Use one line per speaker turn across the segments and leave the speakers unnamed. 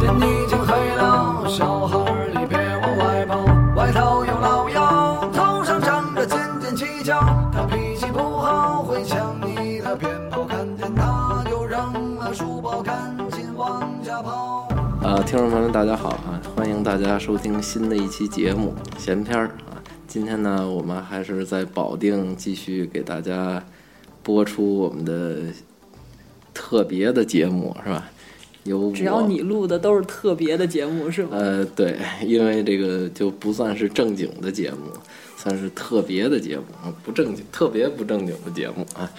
天已经黑了，小孩儿你别往外跑，外头有老妖，头上长着尖尖犄角，他脾气不好，会抢你的鞭炮，看见他就扔了书包，赶紧往家跑。
呃，听众朋友们，大家好啊！欢迎大家收听新的一期节目《闲篇儿》啊。今天呢，我们还是在保定继续给大家播出我们的特别的节目，是吧？由我
只要你录的都是特别的节目，是吗？
呃，对，因为这个就不算是正经的节目，算是特别的节目，啊不正经，特别不正经的节目啊。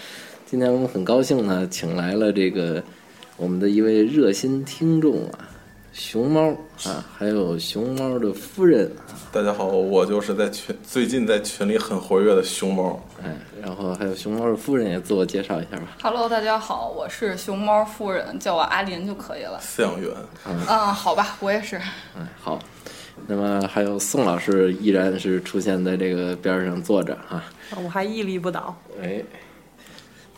今天我们很高兴呢，请来了这个我们的一位热心听众啊，熊猫啊，还有熊猫的夫人啊，
大家好，我就是在群最近在群里很活跃的熊猫。
哎，然后还有熊猫的夫人也自我介绍一下吧。
Hello，大家好，我是熊猫夫人，叫我阿林就可以了。
饲养员，
嗯，好吧，我也是。
哎，好。那么还有宋老师依然是出现在这个边儿上坐着哈、
哦我还屹立不倒。
哎，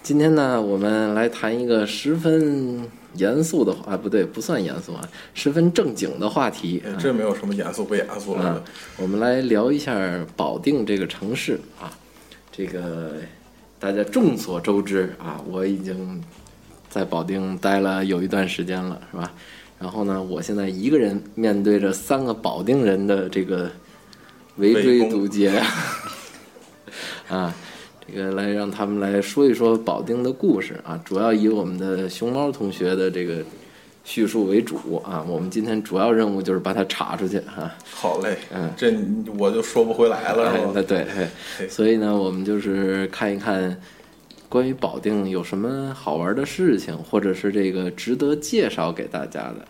今天呢，我们来谈一个十分严肃的话，啊不对，不算严肃啊，十分正经的话题
哎这没有什么严肃不严肃了
啊
的。。
我们来聊一下保定这个城市啊，这个大家众所周知啊，我已经在保定待了有一段时间了，是吧？然后呢，我现在一个人面对着三个保定人的这个围追堵截 啊，这个来让他们来说一说保定的故事啊，主要以我们的熊猫同学的这个叙述为主啊。我们今天主要任务就是把它查出去啊。
好嘞，
嗯
这你我就说不回来了，
哎
是，吧
那对，哎
对
所以呢，我们就是看一看关于保定有什么好玩的事情，或者是这个值得介绍给大家的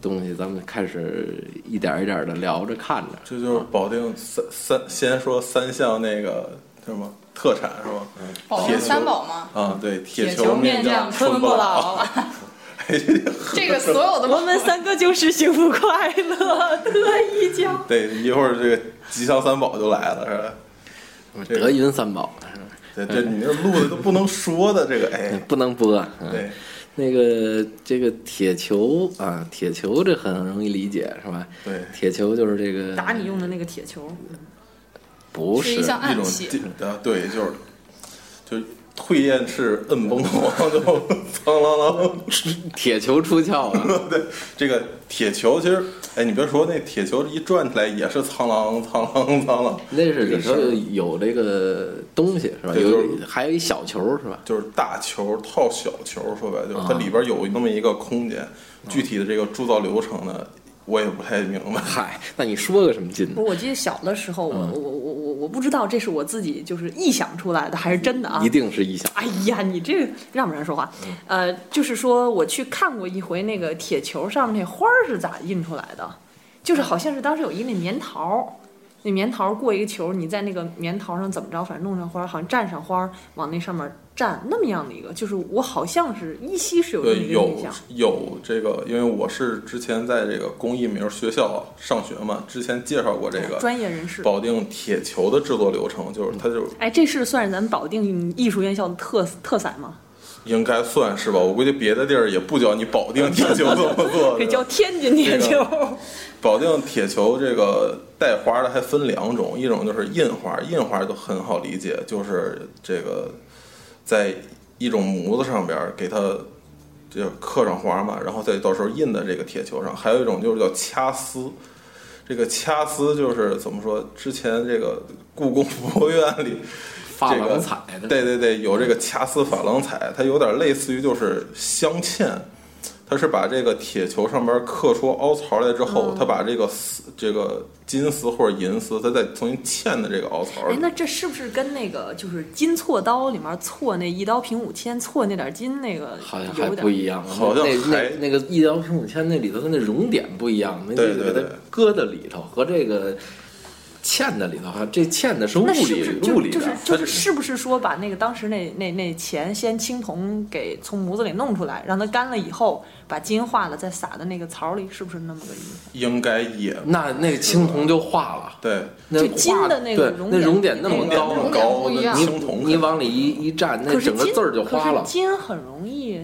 东西，咱们开始一点一点的聊着看着。
这就是保定三三，先说三项那个叫什么特产是吧？
嗯
保
铁
定
球
三宝吗？
啊，对，铁
球
面
面
酱
酱
春
春
不
不
老。
老。这个所有
我
的
们三个就是幸福快乐的一家。
对，一会儿这个吉祥三宝就来了，是吧？这个
德云三宝
这这你这录的都不能说的，这个哎，
不能播，嗯，
对，
那个这个铁球啊，铁球这很容易理解是吧？
对
铁球就是这个
打你用的那个铁球，
不
是一项
一
暗
种
器，
地啊，对，就是就退宴式摁崩头，就当啷啷。
铁球出鞘啊，
对，这个铁球其实，哎，你别说，那铁球一转起来也是苍啷苍啷苍啷，
那是里头
这个事儿
有这个东西是吧？
对
有
就
还有一小球是吧？
就是大球套小球，说白了
啊
就是它里边有那么一个空间，具体的这个铸造流程呢，我也不太明白。
嗨，那你说个什么劲呢
不？是我记得小的时候，我
嗯
我我我我不知道这是我自己就是臆想出来的还是真的啊
一。定是臆想。
哎呀，你这让不让说话？
嗯
呃，就是说我去看过一回那个铁球上面那花儿是咋印出来的，就是好像是当时有一那棉桃，那棉桃过一个球，你在那个棉桃上怎么着，反正弄上花儿，好像蘸上花儿往那上面蘸，那么样的一个，就是我好像是依稀是有这么
对，
一个
有
印象。
有这个，因为我是之前在这个工艺名学校上学嘛，之前介绍过这个
哦专业人士，
保定铁球的制作流程，就是它就
哎，这是算是咱们保定艺术院校的特特色吗？
应该算是吧，我估计别的地儿也不教你保 定铁球怎么做，
可以
是吧
叫天津铁
这
球。
保定铁球这个带花的还分两种，一种就是印花，印花就很好理解，就是这个在一种模子上边儿给它就刻上花嘛，然后再到时候印在这个铁球上。还有一种就是叫掐丝，这个掐丝就是怎么说？之前这个故宫博物院里
发廊彩的，
对对对，有这个掐丝珐琅彩，它有点类似于就是镶嵌，它是把这个铁球上边刻出凹槽来之
嗯
后，它把这个丝这个金丝或者银丝，它再重新嵌在这个凹槽
哎
里，。
那这是不是跟那个就是金错刀里面错那一刀平五千错那点金那个
好像还
有
不
点？
一样。
好像
那
还
那那个一刀平五千那里头它那熔点不一样，那
对
就给
对
它
对
搁在里头，和这个嵌在里头哈，这嵌的是物
那是
理
不是
物
就
理的，
就是
它
就是是是不是说把那个当时那那那钱先青铜给从模子里弄出来，让它干了以后把金化了再撒到那个槽里，是不是那么个意思？
应该也
那那个青铜就化了，
对，
那
就
化
金的那个
对
熔
那
点
熔点那么
那个
高
那
了
么
熔，
高，
不一
那
样
青铜
你往里一一站，那
可是
整个
金
字儿就花
可
了
是，金很容易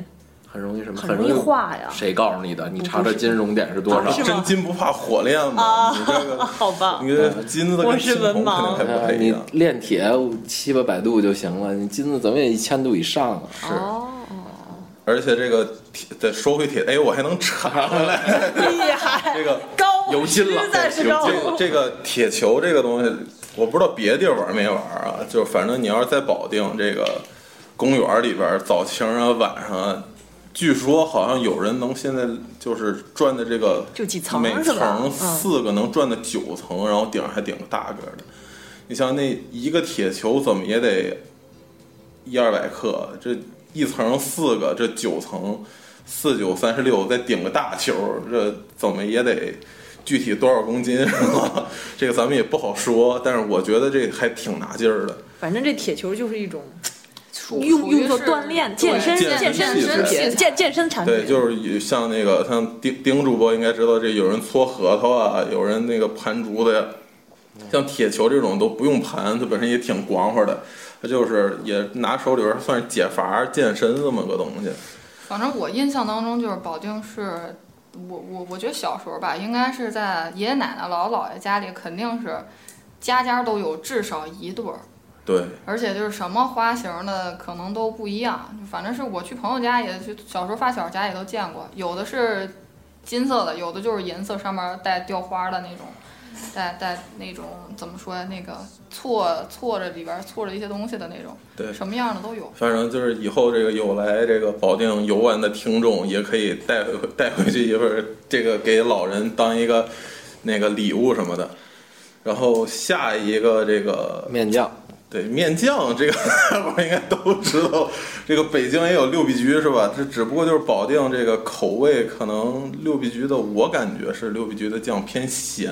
很容易什么？
很
容
容易化呀
谁告诉你的？你
不
查查
是
金熔点是多少？
啊是吗
真金不怕火炼嘛，你这个
啊，好吧
你，这金子跟青铜肯定还不太一
你
样。
炼铁七八百度就行了，你金子怎么也一千度以上啊？
是，
哦，
而且这个铁，再说回铁，哎，我还能查回来。
厉 害，
这个
高
有劲了
实在是
有
高
这。个这个铁球这个东西，我不知道别地儿玩没玩啊，就是反正你要是在保定这个公园里边，早清啊晚上啊，据说好像有人能现在就是转的这个
就几层
每
是吧
层
嗯
四个能转到九层，然后顶上还顶个大个儿的。你像那一个铁球怎么也得一二百克，这一层四个，这九层四九三十六，再顶个大球，这怎么也得具体多少公斤？这个咱们也不好说，但是我觉得这还挺拿劲儿的。
反正这铁球就是一种
属
用
属于
用作
是
锻炼、
对
健身、
健身
健身
器材
品、健健身产
对，
品，
就是有像那个像丁丁主播应该知道，这有人搓核桃啊，有人那个盘竹子呀，像铁球这种都不用盘，它本身也挺光滑的，它就是也拿手里边儿算是解乏健身这么个东西。
反正我印象当中就是保定是，我我我觉得小时候吧，应该是在爷爷奶奶、姥姥姥爷家里，肯定是家家都有至少一对儿，
对，
而且就是什么花型的可能都不一样。反正是我去朋友家也去，小时候发小家也都见过，有的是金色的，有的就是银色，上面带雕花的那种。带带那种怎么说呀？那个错错着里边错着一些东西的那种，
对
什么样的都有。
反正就是以后这个有来这个保定游玩的听众，也可以带回带回去一份儿，这个给老人当一个那个礼物什么的。然后下一个这
啊
个
面酱
对面酱，这个 大伙儿应该都知道，这个北京也有六必居是吧？这只不过就是保定这个口味，可能六必居的我感觉是六必居的酱偏咸，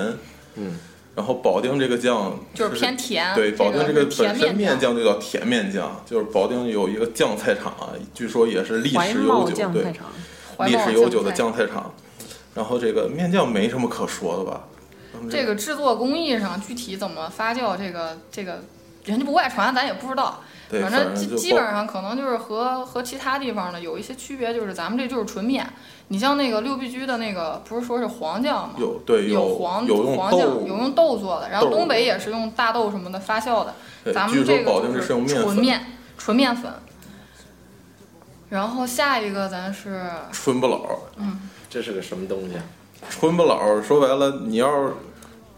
嗯，
然后保定这个酱
就是偏甜。
对，保定这个
是
本身
甜
面
酱，
酱就叫甜面酱，就是保定有一个酱菜厂啊，据说也是历
怀
史悠
茂
久，
酱
对
菜，场，
怀
历
抱
史悠久
酱
的
菜
酱菜厂。然后这个面酱没什么可说的吧？咱们
这个制作工艺上具体怎么发酵，这个这个人家不外传，咱也不知道。
对，
反
正
正基
就
基本上可能就是和和其他地方的有一些区别，就是咱们这就是纯面。你像那个六必居的那个，不是说是黄酱吗？
包有对
有
黄
黄
有用
黄
豆
酱，有用豆做的，然后
豆
东北也是用大豆什么的发酵的。
对
咱
据
们
说
这个
保定
就是
用面
纯
粉，
面纯面粉。然后下一个咱是
春不老，
这是个什么东西啊？
春不老说白了，你要是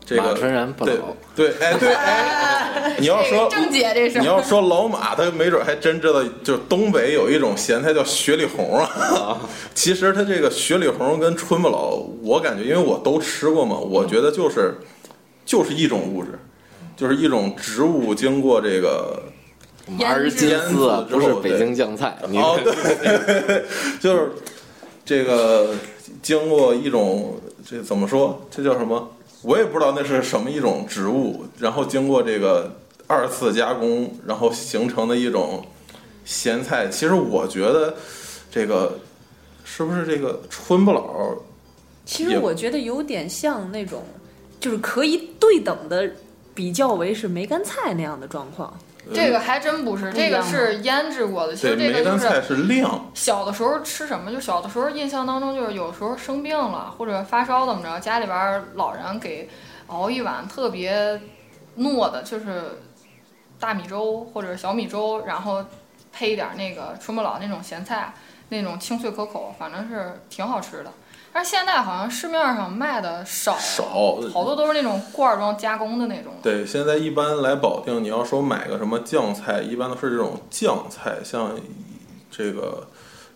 这个
马传然不
对
老
对，哎对哎，你要说
郑姐这是
你要说老马，他没准还真知道，就是东北有一种咸菜叫雪里红啊。 其实它这个雪里红跟春不老，我感觉因为我都吃过嘛，我觉得就是就是一种物质，就是一种植物经过这个
我们二十金
腌制
丝啊
之
不是
后
北
对
京酱菜，你
哦，对， 就是这个经过一种这怎么说？这叫什么？我也不知道那是什么一种植物，然后经过这个二次加工，然后形成的一种咸菜。其实我觉得这个是不是这个春不老？
其实我觉得有点像那种，就是可以对等的比较为是梅干菜那样的状况。
呃
这个还真不是，
不一
这
样
个
吗
是腌制过的。其
对
实这
梅
个就
干
是
菜是亮，
小的时候吃什么，就小的时候印象当中就是有时候生病了或者发烧怎么着，家里边儿老人给熬一碗特别糯的，就是大米粥或者小米粥，然后配一点那个春不老那种咸菜，那种清脆可口，反正是挺好吃的。但是现在好像市面上卖的少，
少
好多都是那种罐儿装加工的那种。
对，现在一般来保定，你要说买个什么酱菜，一般都是这种酱菜，像这个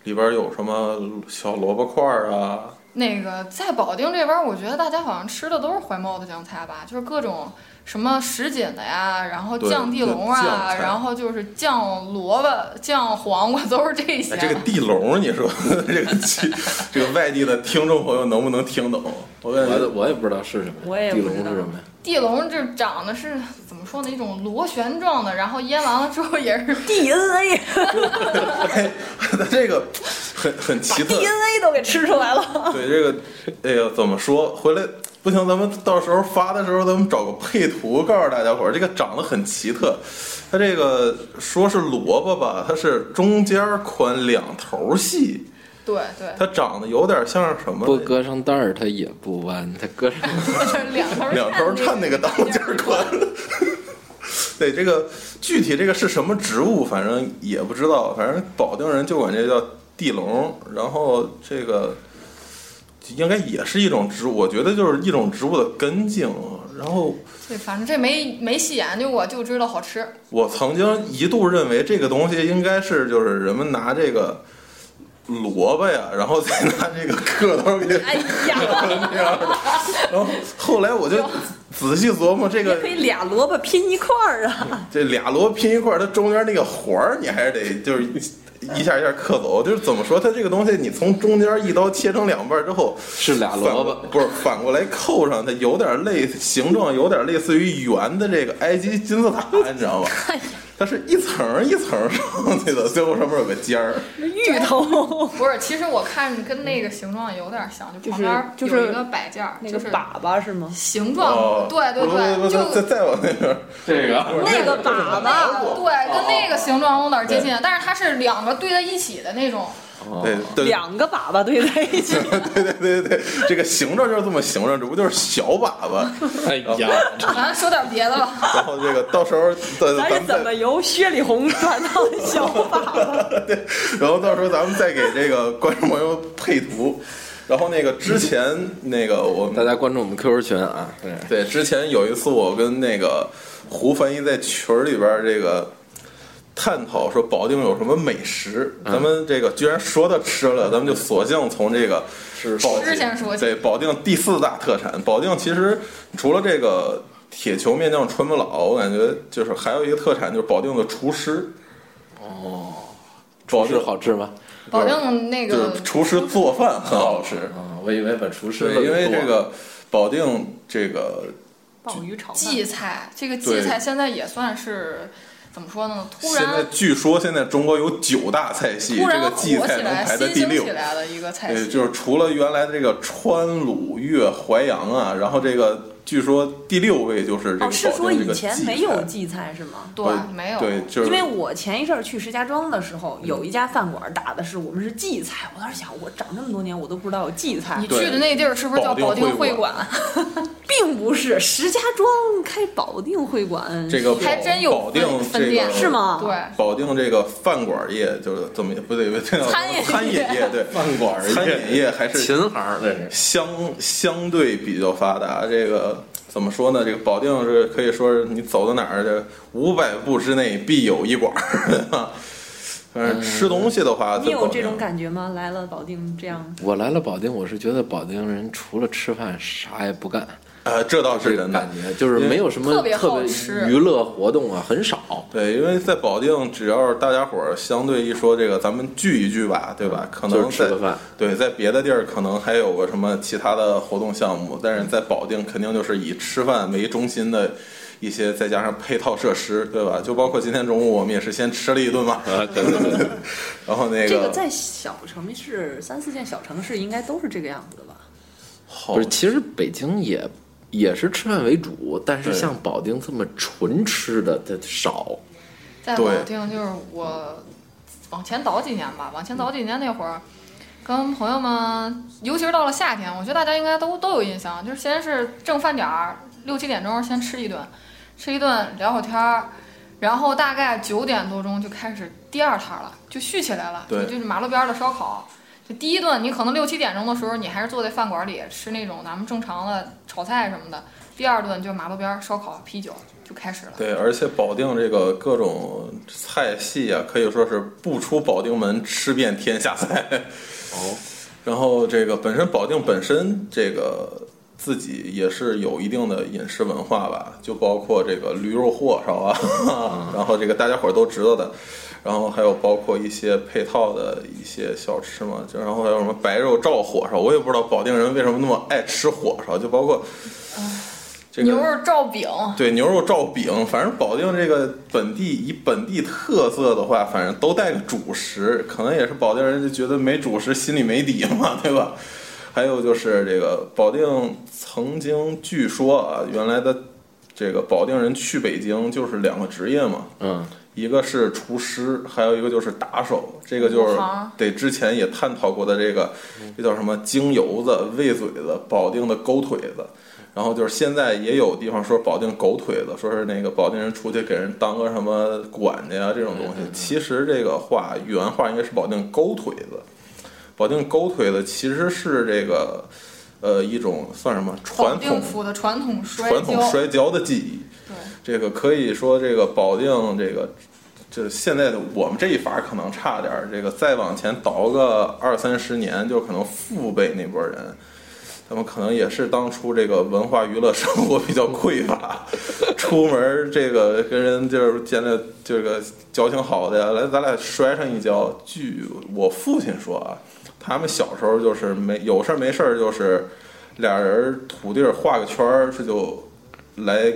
里边有什么小萝卜块儿啊，
那个在保定这边儿，我觉得大家好像吃的都是怀茂的酱菜吧，就是各种什么什锦的呀，然后
对
酱地龙
对酱
啊，
菜
然后就是酱萝卜、酱黄瓜都是这些。
哎，这个地龙，你说这个去这个外地的听众朋友能不能听懂？我感
我
觉
我也不知道是什么呀，
我也
地
不
龙
知道
是什么呀？
地龙这长得是怎么说呢？一种螺旋状的，然后腌完了之后也是
DNA
哎，它 这个很很
把
奇特，
DNA 都给吃出来了。
对这个，哎呀，怎么说？回来不行，咱们到时候发的时候，咱们找个配图告诉大家伙儿，这个长得很奇特。它这个说是萝卜吧，它是中间宽，两头细，
对对，
它长得有点像什么
不
呢？
搁上袋儿它也不弯，它搁上
两头
两头
颤
颤那个 当间儿宽。 对，这个具体这个是什么植物，反正也不知道，反正保定人就管这叫地龙，然后这个应该也是一种植物，我觉得就是一种植物的根茎。啊然后
对，反正这没没细研究过，就知道好吃。
我曾经一度认为这个东西应该是就是人们拿这个萝卜呀，然后再拿这个刻刀给
哎 呀，
这样的，然后后来我就仔细琢磨这
也
个
可以俩萝卜拼一块儿 啊！
这俩萝卜拼一块儿，它中间那个环儿，你还是得 就是一下一下刻走。就是怎么说，它这个东西，你从中间一刀切成两半儿之后，
是俩萝
反
卜
过，不是反过来扣上，它有点类形状，有点类似于圆的这个埃及金字塔，你知 道吧？它是一层儿一层儿上去的，最后上面有个尖儿。
芋 头
不是，其实我看跟那个形状有点像，就旁边儿
就是
有一个摆件儿，
那
就
个
是
粑粑是吗？
形
哦
状，，对对
不不不
对，
不再
就
再往那边儿，
这个
那个粑粑，
对，跟那个形状有点接近，但是它是两个对在一起的那种。
哦
对对
两个粑粑堆在一 起，
对对对对，这个形状就是这么形状，只不过就是小粑粑。
哎呀，
咱说点别的吧，
然后这个到时候咱
咱
咱
是
们再
怎么由薛里红转到小粑粑？
然后到时候咱们再给这个观众朋友配图。然后那个之前那个我
大
们
家关注我们 QQ 群啊，对，
对之前有一次我跟那个胡翻译在群儿里边儿这个探讨说保定有什么美食，咱们这个居然说到吃了，咱们就索性从这个
是
保
吃先说起
对保定第四大特产，保定其实除了这个铁球面酱川不老，我感觉就是还有一个特产就是保定的厨师。哦，保
是
定
好吃吗？
保定那
就
个嗯
是厨师做饭很好吃，
啊，我以为把厨师
对，因为这个保定这个
鲍鱼炒
荠菜，这个
对
荠菜现在也算是怎么说呢？突
现在
然
据说现在中国有九大菜系，
突
这
然
个
火起
荠菜能
来、
排在
新
第
兴
六
起。来的一个菜
对，
系，
就是除了原来这个川鲁粤淮扬啊，然后这个据说第六位就是这个
哦，是
保
说
定这
以
个
前
荠
没有
菜
荠菜是吗？
对，没有，
对，就是嗯
因为我前一阵儿去石家庄的时候，有一家饭馆打的是我们是荠菜，我当时想，我长这么多年我都不知道有荠菜
你，去的那地儿是不是叫
保
保
定
定
会
会馆？
并不是石家庄开保定会馆，
这个
还真有
保定
分分
这个
店
是吗？
对，
保定这个饭馆业就是怎么也不对，不对
餐饮业
餐饮业 对
饭馆儿
餐 饮业还是
琴行，这是
相相对比较发达。这个怎么说呢？这个保定是可以说是你走到哪儿，这五百步之内必有一馆儿。反正吃东西的话，
嗯你
在保
有这
定
种感觉吗？来了保定这样，
我来了保定，我是觉得保定人除了吃饭啥也不干，
呃，这倒是
这个
真
感
的。
觉就是没有什么
特别
特
好
别
吃
娱乐活动啊，很少。
对，因为在保定，只要是大家伙儿相对一说这个，咱们聚一聚吧，对吧？可
嗯就
能
是吃
在
个饭，
对，在别的地儿可能还有个什么其他的活动项目，但是在保定肯定就是以吃饭为中心的一些，再加上配套设施，对吧？就包括今天中午我们也是先吃了一顿嘛，
啊，对对对，
然后那
这个在小城市三四线小城市应该都是这个样子的吧？
好
不是，其实北京也也是吃饭为主，但是
对
像保定这么纯吃的它少。
在
对
保定就是我往前倒几年吧，往前倒几年那会儿，跟朋友们，尤其是到了夏天，我觉得大家应该都都有印象，就是先是正饭点儿六七点钟先吃一顿，吃一顿聊会儿天儿，然后大概九点多钟就开始第二摊儿了，就续起来了，
对
就就是马路边儿的烧烤。就第一顿，你可能六七点钟的时候，你还是坐在饭馆里吃那种咱们正常的炒菜什么的。第二顿就马路边儿烧烤、啤酒就开始了。
对，而且保定这个各种菜系啊，可以说是不出保定门，吃遍天下菜。
哦，
然后这个本身保定本身这个自己也是有一定的饮食文化吧，就包括这个驴肉火烧 啊，然后这个大家伙儿都知道的，然后还有包括一些配套的一些小吃嘛，就然后还有什么白肉罩火烧，我也不知道保定人为什么那么爱吃火烧，就包括。这
嗯牛
个
肉罩饼，
对牛肉罩饼，反正保定这个本地以本地特色的话，反正都带个主食，可能也是保定人就觉得没主食心里没底嘛，对吧？还有就是这个保定曾经据说啊，原来的这个保定人去北京就是两个职业嘛，
嗯，
一个是厨师，还有一个就是打手，这个就是
武行
对之前也探讨过的这个，这叫什么京油子、喂嘴子、保定的狗腿子，然后就是现在也有地方说保定狗腿子，说是那个保定人出去给人当个什么管家呀这种东西，其实这个话原话应该是保定狗腿子，保定狗腿子其实是这个呃一种算什么
保
传统
定府的传统摔
传统
跤，
摔跤的技艺。
对，
这个可以说这个保定这个。就是现在的我们这一法可能差点儿，这个再往前倒个二三十年，就可能父辈那波人，他们可能也是当初这个文化娱乐生活比较匮乏，出门儿这个跟人就是见了这个交情好的呀，来咱俩摔上一跤。据我父亲说啊，他们小时候就是没有事儿没事儿就是俩人儿土地儿画个圈儿，这就来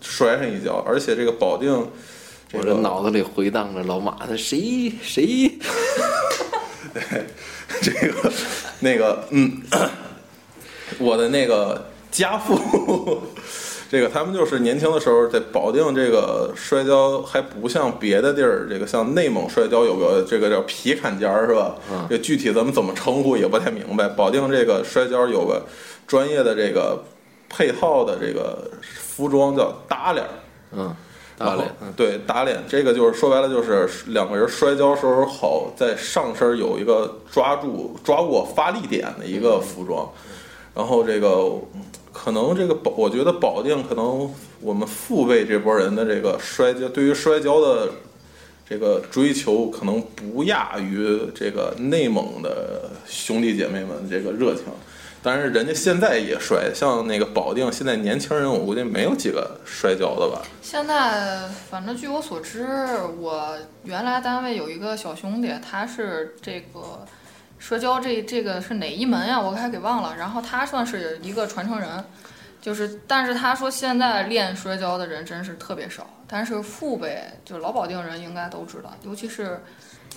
摔上一跤，而且这个保定。这
我
个
这脑子里回荡着老马的谁谁，
这个那个嗯，我的那个家父，这个他们就是年轻的时候在保定这个摔跤还不像别的地儿，这个像内蒙摔跤有个这个叫皮坎肩儿是吧？这具体咱们怎么称呼也不太明白。保定这个摔跤有个专业的这个配套的这个服装叫搭脸儿。
嗯，大
然后
脸，嗯
对打脸，这个就是说白了就是两个人摔跤时候好在上身有一个抓住抓握发力点的一
嗯
个服装，然后这个可能这个保，我觉得保定可能我们父辈这波人的这个摔跤，对于摔跤的这个追求，可能不亚于这个内蒙的兄弟姐妹们这个热情。但是人家现在也摔，像那个保定现在年轻人，我估计没有几个摔跤的吧。
现在反正据我所知，我原来单位有一个小兄弟，他是这个摔跤这这个是哪一门呀？我还给忘了。然后他算是一个传承人，就是但是他说现在练摔跤的人真是特别少，但是父辈就老保定人应该都知道，尤其是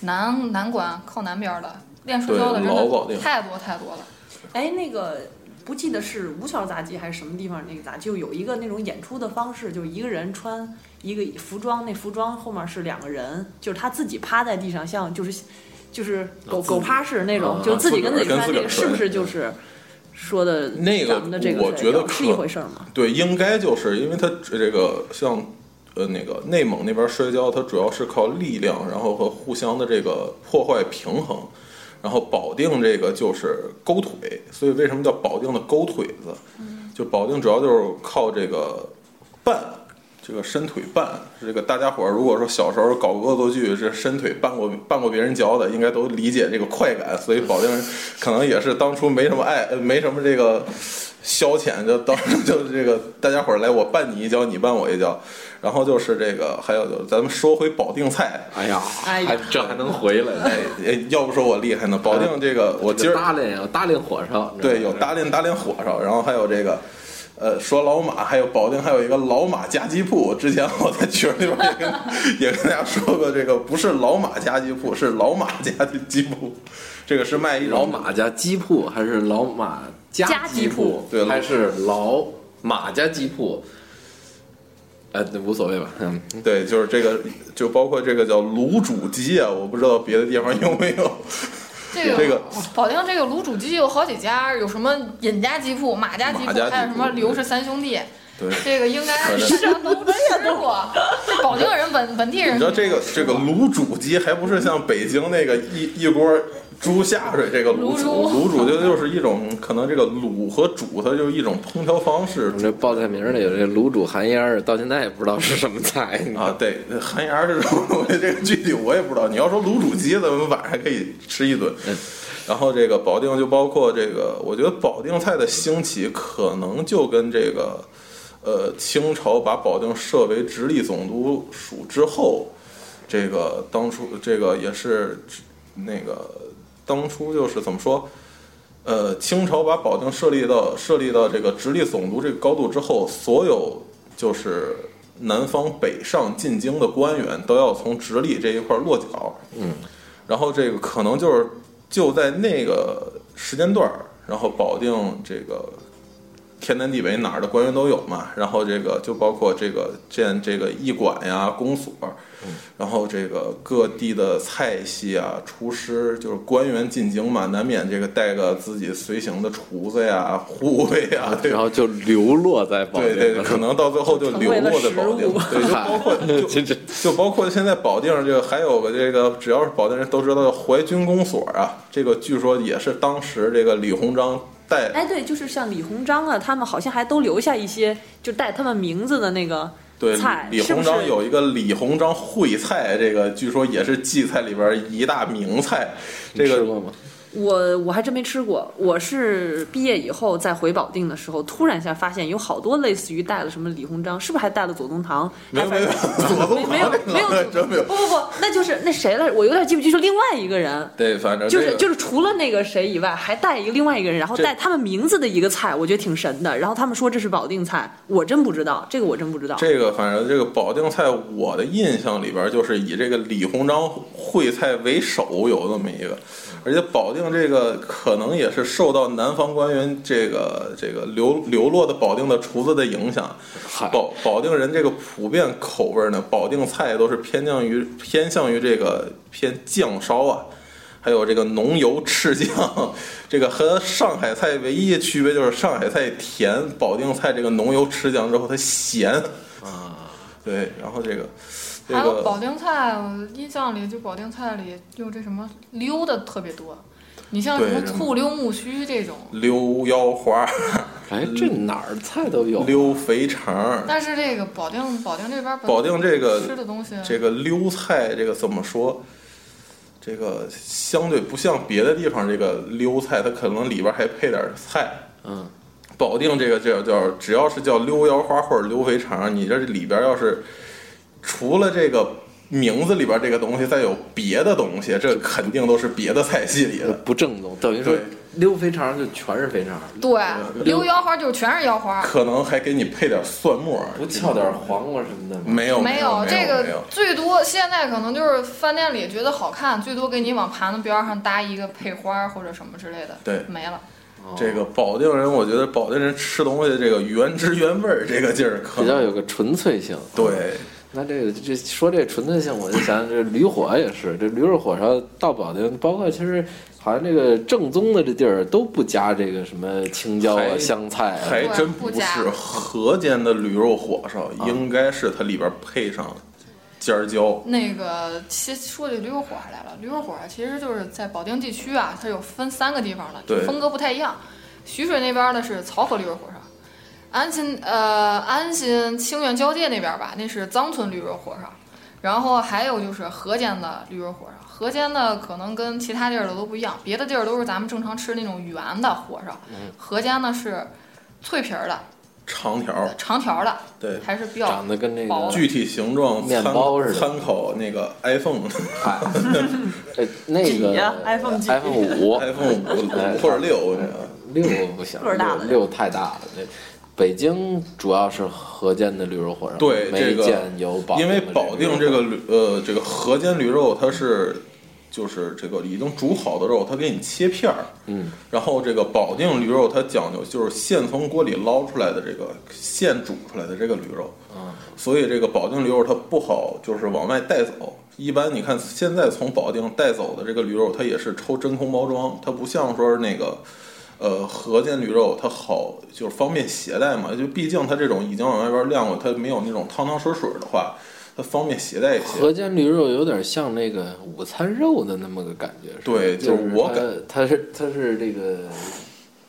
南南关靠南边儿的练摔跤的
对
真
老保定
的太多太多了。
哎，那个不记得是吴桥杂技还是什么地方那个杂技，就有一个那种演出的方式，就是一个人穿一个服装，那服装后面是两个人，就是他自己趴在地上，像就是就是狗
自己
狗趴式那种，
啊
就是自己跟自己
自个儿跟自
摔，那个
个儿
是不是
摔
就是说的
那个
咱们的这个
我
摔
觉得
跤
可
是一回事儿吗？
对，应该就是因为它这个像呃那个内蒙那边摔跤，它主要是靠力量，然后和互相的这个破坏平衡。然后保定这个就是勾腿，所以为什么叫保定的勾腿子？就保定主要就是靠这个绊，这个伸腿绊。这个大家伙儿如果说小时候搞过恶作剧，这伸腿绊过绊过别人脚的，应该都理解这个快感。所以保定人可能也是当初没什么爱，呃没什么这个消遣，就当时 就是这个大家伙儿来，我绊你一脚，你绊我一脚。然后就是这个，还有就是咱们说回保定菜，
哎呀，
哎呀
还这还能回来呢
哎，哎要不说我厉害呢，保定这个我今儿
搭脸有搭脸火烧，你知道
对，
吗
有打脸打脸火烧，然后还有这个，呃，说老马，还有保定还有一个老马家鸡铺。之前我在群里边也跟 也跟大家说过，这个不是老马家鸡铺，是老马家的鸡铺，这个是卖一种
老马家鸡铺还是老马家
鸡
铺
铺？
对
还是老马家鸡铺？呃，无所谓吧，嗯，
对，就是这个，就包括这个叫卤煮鸡啊，我不知道别的地方有没有。
这个
这个
保定这个卤煮鸡有好几家，有什么尹家鸡铺、马家鸡
马
铺
家鸡，铺
还有什么刘氏三兄弟。
对
这个应该 是都吃过。这保定人本本地人，
你知道这个这个卤煮鸡还不是像北京那个一一锅猪下水这个卤煮，卤
卤
煮就就是一种可能这个卤和煮它就是一种烹调方式
我们这报菜名里有这卤煮寒烟儿，到现在也不知道是什么菜
啊，对，寒牙这种东西，这个具体我也不知道。你要说卤煮鸡，咱们晚上可以吃一顿。然后这个保定就包括这个，我觉得保定菜的兴起可能就跟这个，呃，清朝把保定设为直隶总督署之后，这个当初这个也是那个当初就是怎么说，呃，清朝把保定设立到设立到这个直隶总督这个高度之后，所有就是南方北上进京的官员都要从直隶这一块儿落脚。
嗯，
然后这个可能就是就在那个时间段儿，然后保定这个天南地北哪儿的官员都有嘛，然后这个就包括这个建这个驿馆呀、公所，
嗯
然后这个各地的菜系啊、厨师，就是官员进京嘛，难免这个带个自己随行的厨 子呀、
啊
护卫呀，对
然
吧？
后就流落在 保定
对
了。
对，可能到最后就流落在保定，
成为了
对，就包 括就
这这
就包括现在保定这个，还有个这个，只要是保定人都知道的淮军公所啊，这个据说也是当时这个李鸿章带
哎，对，就是像李鸿章啊，他们好像还都留下一些就带他们名字的那个
对
菜，
李
是不
鸿章
是
有一个李鸿章烩菜，这个据说也是荠菜里边一大名菜。这
你吃
个
过吗？
我我还真没吃过，我是毕业以后再回保定的时候，突然一下发现有好多类似于带了什么李鸿章，是不是还带了左宗棠？
没有
还
没有，左宗
没有
棠
没有左
真没有
不。不不，那就是那谁来着？我有点记不清，就是另外一个人，
对，反正
就是就是是除了那个谁以外，还带一个另外一个人，然后
呃这
带他们名字的一个菜，我觉得挺神的。然后他们说这是保定菜，我真不知道，这个我真不知道。
这个，反正这个保定菜，我的印象里边就是以这个李鸿章烩菜为首，有这么一个。而且保定这个可能也是受到南方官员这个这个流流落的保定的厨子的影响，
嗨，
保保定人这个普遍口味呢，保定菜都是偏向于偏向于这个偏酱烧啊，还有这个浓油赤酱。 这个和上海菜唯一的区别就是上海菜甜，保定菜这个浓油赤酱之后它咸
啊。
对，然后这个这
还有
个
保定菜，我印象里就保定菜里用这什么溜的特别多，你像什
对
么
什么
醋溜木须这种，
溜腰花、
哎，这哪儿菜都有。
溜肥肠，
但是这个保定保定这边本
保定这个
吃的东西，
这个溜菜这个怎么说？这个相对不像别的地方，这个溜菜它可能里边还配点菜。
嗯，
保定这个这叫只要是叫溜腰花或者溜肥肠，你这里边要是除了这个名字里边这个东西，再有别的东西，这肯定都是别的菜系里的。
不正宗，等于说
对
溜肥肠就全是肥肠，
对溜腰花就是全是腰花，
可能还给你配点蒜末，
不翘点黄瓜什么的吗？
没有
没
有
有这
没有
个最多现在可能就是饭店里觉得好看，最多给你往盘子边上搭一个配花儿或者什么之类的，
对
没了。
哦
这个保定人，我觉得保定人吃东西这个原汁原味儿这个劲儿，可
比较
能
有个纯粹性。，
对。
那这个这说这纯粹性，我就想这驴火也是，这驴肉火烧到保定，包括其实好像这个正宗的这地儿都不加这个什么青椒啊、
还
香菜啊，
还真不
不加
是河间的驴肉火烧，
啊
应该是它里边配上尖儿椒。
那个，其实说这驴肉火烧来了，驴肉火烧其实就是在保定地区啊，它有分三个地方了，
对
风格不太一样。徐水那边呢是漕河驴肉火烧，安新呃安新清苑交界那边吧，那是臧村驴肉火烧，然后还有就是河间的驴肉火烧，河间的可能跟其他地儿的都不一样，别的地儿都是咱们正常吃那种圆的火烧，
嗯
河间呢是脆皮儿的、
长条儿，
长条儿的，
对，
还是比较
长得跟那个
薄
具体形状
面
参
包似的
参考那个 iPhone
嗨，呃那
几呀
个
iPhone 几
iPhone 五
iPhone
哎
五或者六，这个
六不行，
个儿大了
六六太大了。这北京主要是河间的驴肉火烧，
对
没
这个
见有保定
因
的
为
这个
保定这个驴呃这个河间驴肉它是就是这个已经煮好的肉，它给你切片儿，
嗯，
然后这个保定驴肉它讲究就是现从锅里捞出来的这个现煮出来的这个驴肉，
嗯，
所以这个保定驴肉它不好就是往外带走。一般你看现在从保定带走的这个驴肉，它也是抽真空包装，它不像说那个。呃，河间驴肉它好，就是方便携带嘛。就毕竟它这种已经往外边晾了，它没有那种汤汤水水的话，它方便携带一些。
河间驴肉有点像那个午餐肉的那么个感觉，是吧
对
就
就是我
它
感
它是它是这个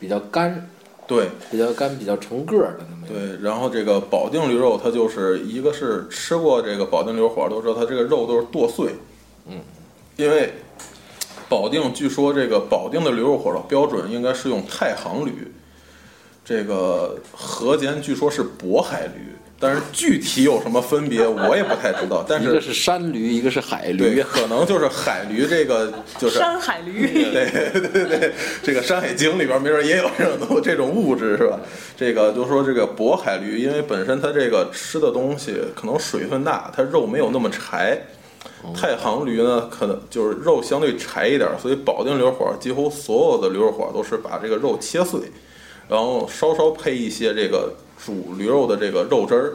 比较干、
对
比较干、比较成个儿的那么一个。
对，然后这个保定驴肉，它就是一个是吃过这个保定驴火烧都知道，它这个肉都是剁碎。
嗯，
因为保定据说这个保定的驴肉火烧标准应该是用太行驴，这个河间据说是渤海驴，但是具体有什么分别，我也不太知道。但
一个是
是
山驴，一个是海驴
对，，可能就是海驴这个，就是
山海驴，
对 对对对，这个《山海经》里边没准也有这种东这种物质是吧？这个就说这个渤海驴，因为本身它这个吃的东西可能水分大，它肉没有那么柴。太行驴呢，可能就是肉相对柴一点，所以保定驴火几乎所有的驴火都是把这个肉切碎，然后稍稍配一些这个煮驴肉的这个肉汁儿，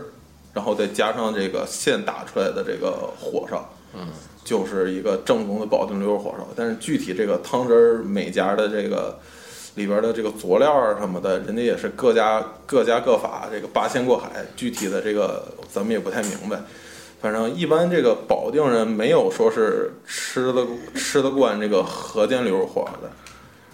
然后再加上这个现打出来的这个火烧，就是一个正宗的保定驴肉火烧。但是具体这个汤汁儿每家的这个里边的这个佐料啊什么的，人家也是各家各家各法，这个八仙过海，具体的这个咱们也不太明白。反正一般这个保定人没有说是吃的吃得惯这个河间驴肉火烧的，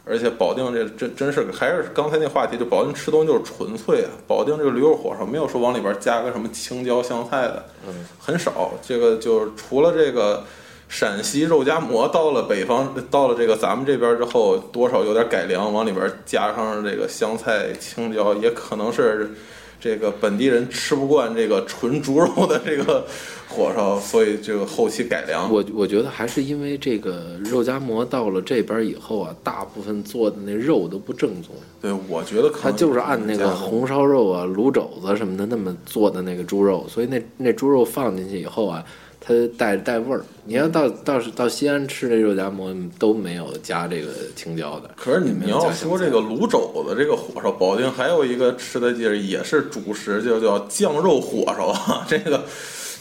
而且保定这真真是还是刚才那话题，就保定吃东西就是纯粹啊。保定这个驴肉火烧没有说往里边加个什么青椒香菜的，
嗯
很少。这个就是除了这个陕西肉夹馍到了北方，到了这个咱们这边之后，多少有点改良，往里边加上这个香菜、青椒，也可能是这个本地人吃不惯这个纯猪肉的这个火烧，所以这个后期改良。
我我觉得还是因为这个肉夹馍到了这边以后啊，大部分做的那肉都不正宗，
对，我觉得可
它
能
就是按那个红烧肉啊、卤肘子什么的那么做的那个猪肉，所以那那猪肉放进去以后啊，它带带味儿。你要到到是到西安吃这肉夹馍都没有加这个青椒的，
可是
也没
你
有
要
加香
说
菜
这个卤肘子这个火烧，保定还有一个吃的就是也是主食，就叫酱肉火烧啊。 这个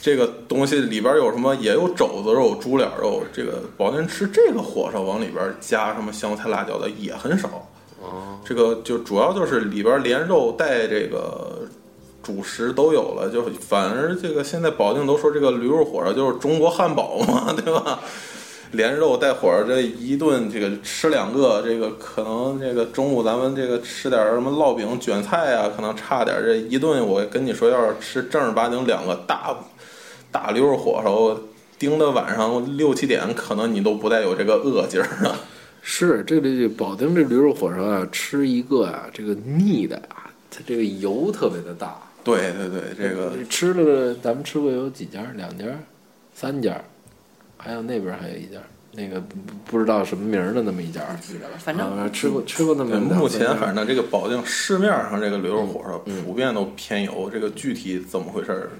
这个东西里边有什么？也有肘子肉、猪脸肉。这个保定人吃这个火烧，往里边加什么香菜、辣椒的也很少。哦，这个就主要就是里边连肉带这个主食都有了，就反而这个现在保定都说这个驴肉火烧就是中国汉堡嘛，对吧？连肉带火烧这一顿，这个吃两个，这个可能这个中午咱们这个吃点儿什么烙饼、卷菜啊，可能差点儿。这一顿我跟你说，要是吃正儿八经两个大大溜儿火烧，盯到晚上六七点，可能你都不带有这个饿劲儿了。
是这里保定这驴肉火烧啊，吃一个啊，这个腻的啊，它这个油特别的大。
对对对，这个
吃了，咱们吃过有几家？两家、三家，还有那边还有一家，那个不不知道什么名儿的那么一家。
记得了，反
嗯
正
啊、吃过吃过那么
对，
两
目
三家
前反正这个保定市面上这个驴肉火烧普遍都偏油，这个具体怎么回事儿，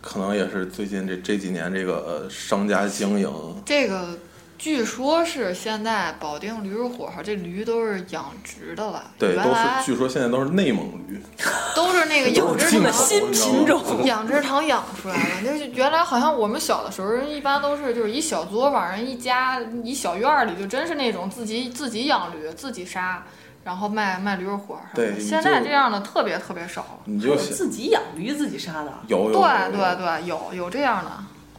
可能也是最近这这几年这个呃商家经营。
这个据说是现在保定驴肉火烧，这驴都是养殖的了，
对，
原
都是
来
据说现在都是内蒙驴，
都是那个养殖
进口的
场
新品种，
养殖场养出来的。 那是原来好像我们小的时候，人一般都是就是一小作坊，人一家一小院儿里，就真是那种自己自己养驴，自己杀，然后卖卖驴肉火烧什
对
么的。
你
现在
就
这样的特别特别少了。
你
我
就想
自己养驴自己杀的。啊
有有
对
有
对对，有有这样的。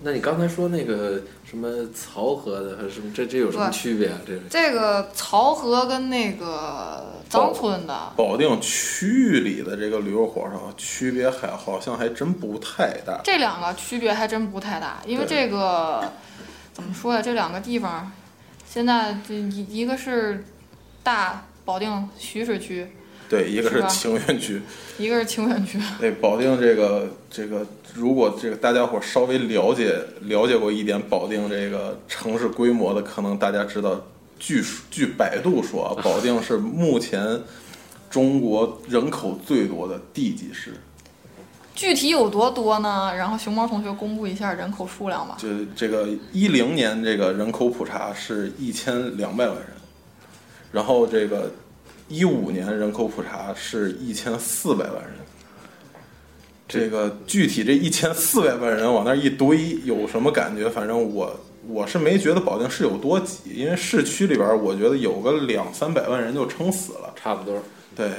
那你刚才说那个什么漕河的，还是什么这这有什么
对
区别啊？这个
这个漕河跟那个张村的，
保定区域里的这个驴肉火烧区别还好像还真不太大。
这两个区别还真不太大，因为
对
这个怎么说呀？这两个地方现在这一一个是大保定徐水区，
对，一个
是
是
吧
情愿区，
一个是清远区。
对保定这个这个，如果这个大家伙稍微了解了解过一点保定这个城市规模的，可能大家知道，据据百度说啊，保定是目前中国人口最多的地级市。
具体有多多呢？然后熊猫同学公布一下人口数量吧。
就这个一零年这个人口普查是一千两百万人，然后这个一五年人口普查是一千四百万人。这个具体这一千四百万人往那儿一堆，有什么感觉？反正我我是没觉得保定市有多挤，因为市区里边儿我觉得有个两三百万人就撑死了。
差不多。
对，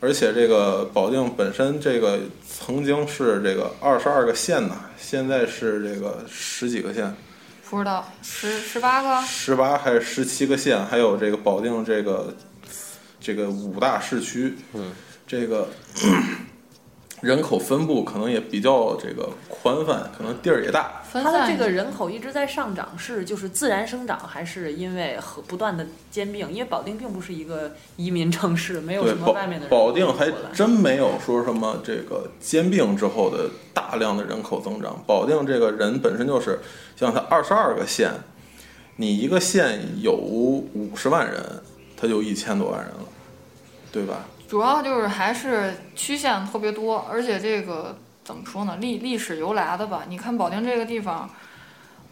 而且这个保定本身这个曾经是这个二十二个县呐，现在是这个十几个县，
不知道十十八个，
十八还是十七个县，还有这个保定这个这个五大市区，嗯，这个 人口分布可能也比较这个宽泛，可能地儿也大。
分
它的
散
这个人口一直在上涨，是就是自然生长，还是因为和不断的兼并？因为保定并不是一个移民城市，没有
对
什，么
保
外面的人
保定还
过来
真没有说什么这个兼并之后的大量的人口增长。保定这个人本身就是，像它二十二个县，你一个县有五十万人，它就一千多万人了，对吧？
主要就是还是区县特别多，而且这个怎么说呢，历历史由来的吧。你看保定这个地方，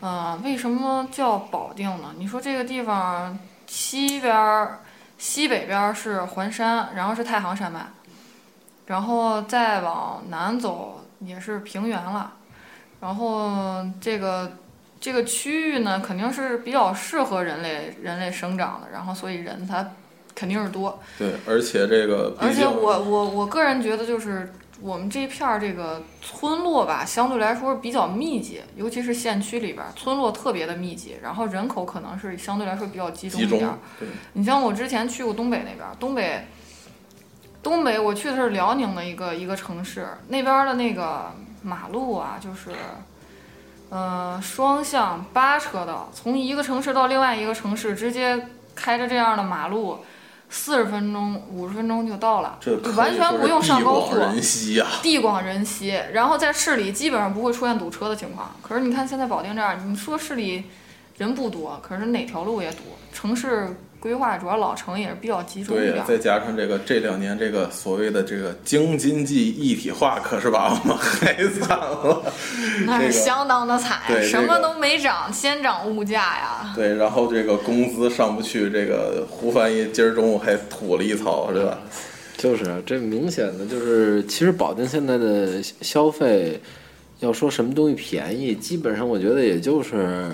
呃，为什么叫保定呢？你说这个地方西边儿、西北边儿是环山，然后是太行山脉，然后再往南走也是平原了，然后这个。这个区域呢，肯定是比较适合人类人类生长的，然后所以人它肯定是多，
对，而且这个毕竟，
而且我我我个人觉得，就是我们这一片儿这个村落吧，相对来说比较密集，尤其是县区里边儿，村落特别的密集，然后人口可能是相对来说比较集中
集
一
中
点儿。，
对，
你像我之前去过东北那边儿，东北，东北我去的是辽宁的一个一个城市，那边儿的那个马路啊，就是，呃，双向八车道，从一个城市到另外一个城市，直接开着这样的马路，四十分钟、五十分钟就到了，
这
就
可
完
以
全
说
不
是
用上
地
高
广
速。啊
人稀呀、
地广人稀，然后在市里基本上不会出现堵车的情况。可是你看现在保定这儿，你说市里人不多，可是哪条路也堵。城市规划主要老城也是比较集中一
对
点，。
再加上这个这两年这个所谓的这个京津冀一体化，可是把我们 害惨了。
那是
这个
相当的惨呀，
对这
什么
个
都没涨，先涨物价 呀。
对，然后这个工资上不去，这个胡翻译今儿中午还吐了一槽，对吧？
就是啊，这明显的就是，其实保定现在的消费，要说什么东西便宜，基本上我觉得也就是，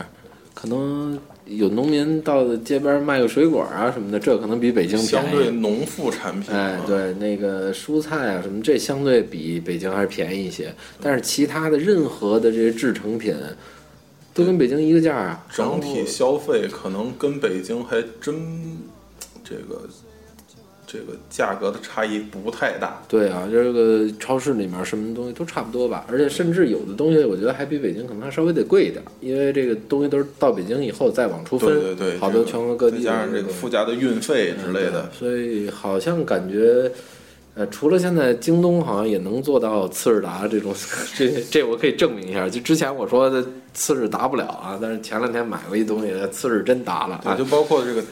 可能有农民到街边卖个水果啊什么的，这可能比北京便
嗯相对
宜。
农副产品，
哎，，对，那个蔬菜啊什么，这相对比北京还是便宜一些。但是其他的任何的这些制成品，都跟北京一个价啊。
整
然
体
后
消费可能跟北京还真这个这个价格的差异不太大。
对啊，这个超市里面什么东西都差不多吧，而且甚至有的东西我觉得还比北京可能还稍微得贵一点，因为这个东西都是到北京以后再往出分，
对对对，
好
这
多
个
全国各地的嗯
再加上这个附加的运费之类的，
啊所以好像感觉。呃，除了现在京东好像也能做到次日达这种， 这这我可以证明一下。就之前我说的次日达不了啊，但是前两天买过一东西，次日真达了啊
对，，就包括这个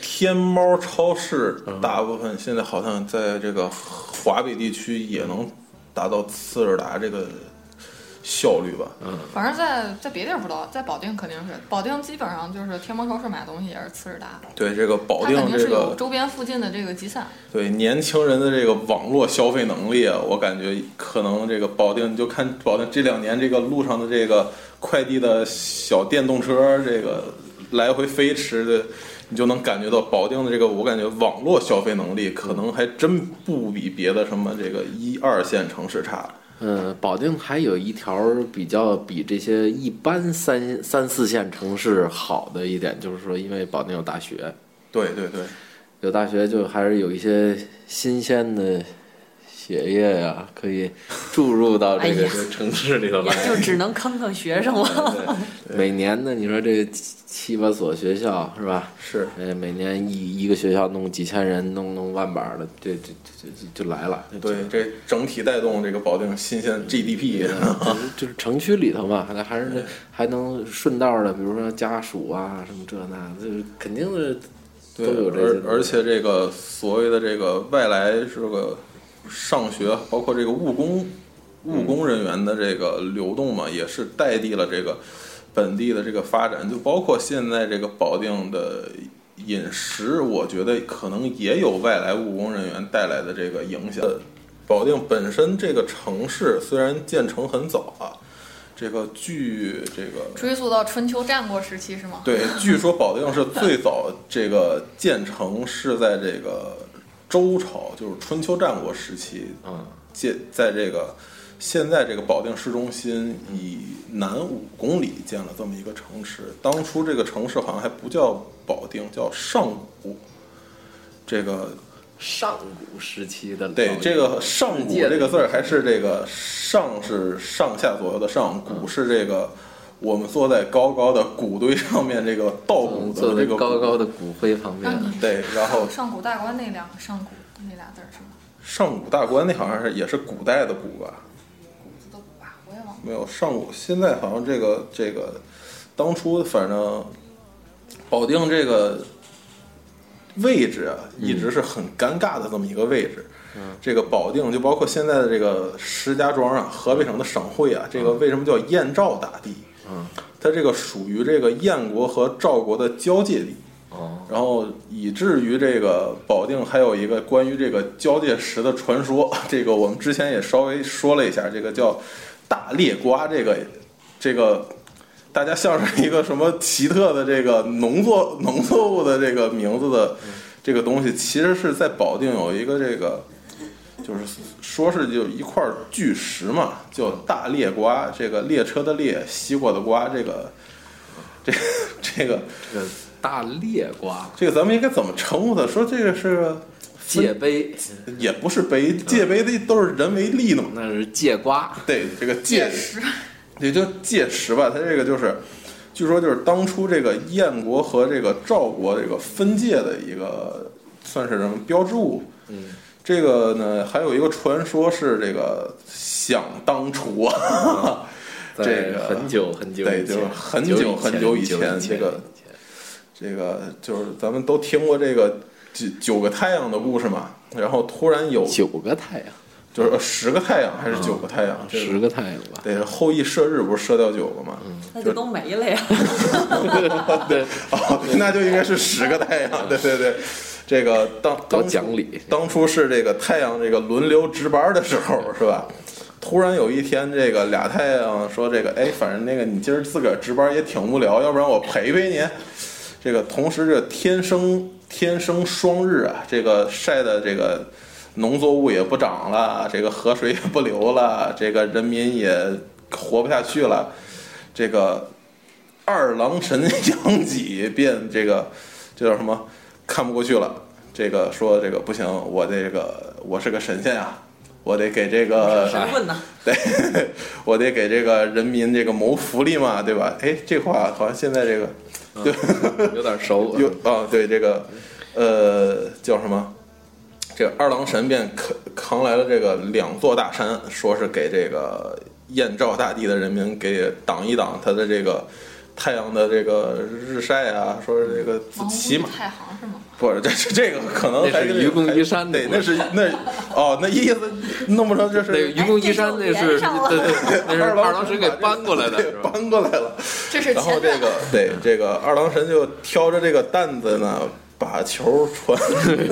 天猫超市，
嗯
大部分现在好像在这个华北地区也能达到次日达这个效率吧。
反正在在别地儿不知道，在保定肯定是，保定基本上就是天猫超市买东西也是次日达，
对这个保
它
定
肯定
这
是有
个
周边附近的这个集散。
对年轻人的这个网络消费能力，啊，我感觉可能这个保定，你就看保定这两年这个路上的这个快递的小电动车，这个来回飞驰的，你就能感觉到保定的这个，我感觉网络消费能力可能还真不比别的什么这个一二线城市差。
嗯，保定还有一条比较比这些一般三三四线城市好的一点，就是说，因为保定有大学，
对对对，
有大学就还是有一些新鲜的血液呀、可以注入到这
哎
个
呀
这个城市里头来。
也就只能坑坑学生了。
对每年呢，你说这七七八所学校是吧？
是
哎，每年一一个学校弄几千人，弄弄万把的，这这这这就来了。
对这整体带动这个保定新鲜 GDP。
就是就是城区里头嘛，还还是还能顺道的，比如说家属啊什么这那，就是肯定是都
对，
有这些。
而而且这个所谓的这个外来这个上学，包括这个务工务工人员的这个流动嘛，也是带地了这个本地的这个发展，就包括现在这个保定的。饮食，我觉得可能也有外来务工人员带来的这个影响。保定本身这个城市虽然建成很早啊，这个据这个
追溯到春秋战国时期是吗？
对，据说保定是最早这个建成是在这个周朝，就是春秋战国时期
嗯，
建，在这个现在这个保定市中心以南五公里建了这么一个城市。当初这个城市好像还不叫保定，叫上古。这个
上古时期的
对
老
这个“上
啊世
古”
界的
这个字儿，还是这个“上”是上下左右的“上”，“
嗯
古”是这个我们坐在高高的谷堆上面这个稻谷
坐在
的这个
嗯高
谷
高的骨灰旁边
让，你
对，然后
上古大观那两个上古那俩字儿是吗？
上古大观那好像是也是古代的古吧？
谷子的谷吧，我也忘了。
没有上古，现在好像这个这个当初反正保定这个位置啊，一
嗯
直是很尴尬的这么一个位置。这个保定就包括现在的这个石家庄啊，河北省的省会啊，这个为什么叫燕赵大地？
嗯，
它这个属于这个燕国和赵国的交界地。
哦，
然后以至于这个保定还有一个关于这个交界石的传说， 这个我们之前也稍微说了一下，这个叫大裂瓜，这个这个大家像是一个什么奇特的这个农作农作物的这个名字的这个东西，其实是在保定有一个这个。就是说是就一块巨石嘛，叫大裂瓜，这个列车的列，西瓜的瓜，这个，这个、这个
这个大裂瓜
这个咱们应该怎么称呼它？说这个是
界碑，
也不是碑，界碑的都是人为力弄的。
那是界瓜，
对，这个界
石，
也就界石吧，它这个就是，据说就是当初这个燕国和这个赵国这个分界的一个算是什么标志物。
嗯，
这个呢，还有一个传说是这个想当初啊， 这
在
个
很久很久以
对
前，
就是很
久
久很久以
久
前
以前
这个这个就是咱们都听过这个九九个太阳的故事嘛，然后突然有
九个太阳，
就是呃十个太阳还是九个太阳？这
嗯十个嗯太阳吧，
对，后羿射日不是射掉九个吗？
那就都没了呀。
对，
哦，那就应该是十个太阳。对对对，这个当
都
当
讲理，
当初是这个太阳这个轮流值班的时候是吧？突然有一天，这个俩太阳说这个，哎，反正那个你今儿自个儿值班也挺无聊，要不然我陪陪你。这个同时这天生天生双日啊，这个晒的这个农作物也不长了，这个河水也不流了，这个人民也活不下去了。这个二郎神杨己便这个这叫什么看不过去了，这个说这个不行，我这个我是个神仙啊，我得给这个
神 棍呐，
对，我得给这个人民这个谋福利嘛，对吧？哎，这话好像现在这个
有点熟，
有啊，对这个，呃，叫什么？这个二郎神便扛扛来了这个两座大山，说是给这个燕赵大地的人民给挡一挡他的这个太阳的这个日晒啊，说是这个
王
骑马
屋太行是吗？
不是这这这个可能
那是
还
愚公移山的
对，
故
那是那哦，那意思弄不成这
那个
是
愚公移山那是
哎这就连上 了
对对，那是
二
二
郎
郎神
神
给
把这
搬过来的，
对
是吧？
搬过来了。
这是
然后
前
这
段
个对这个二郎神就挑着这个担子呢，把球传。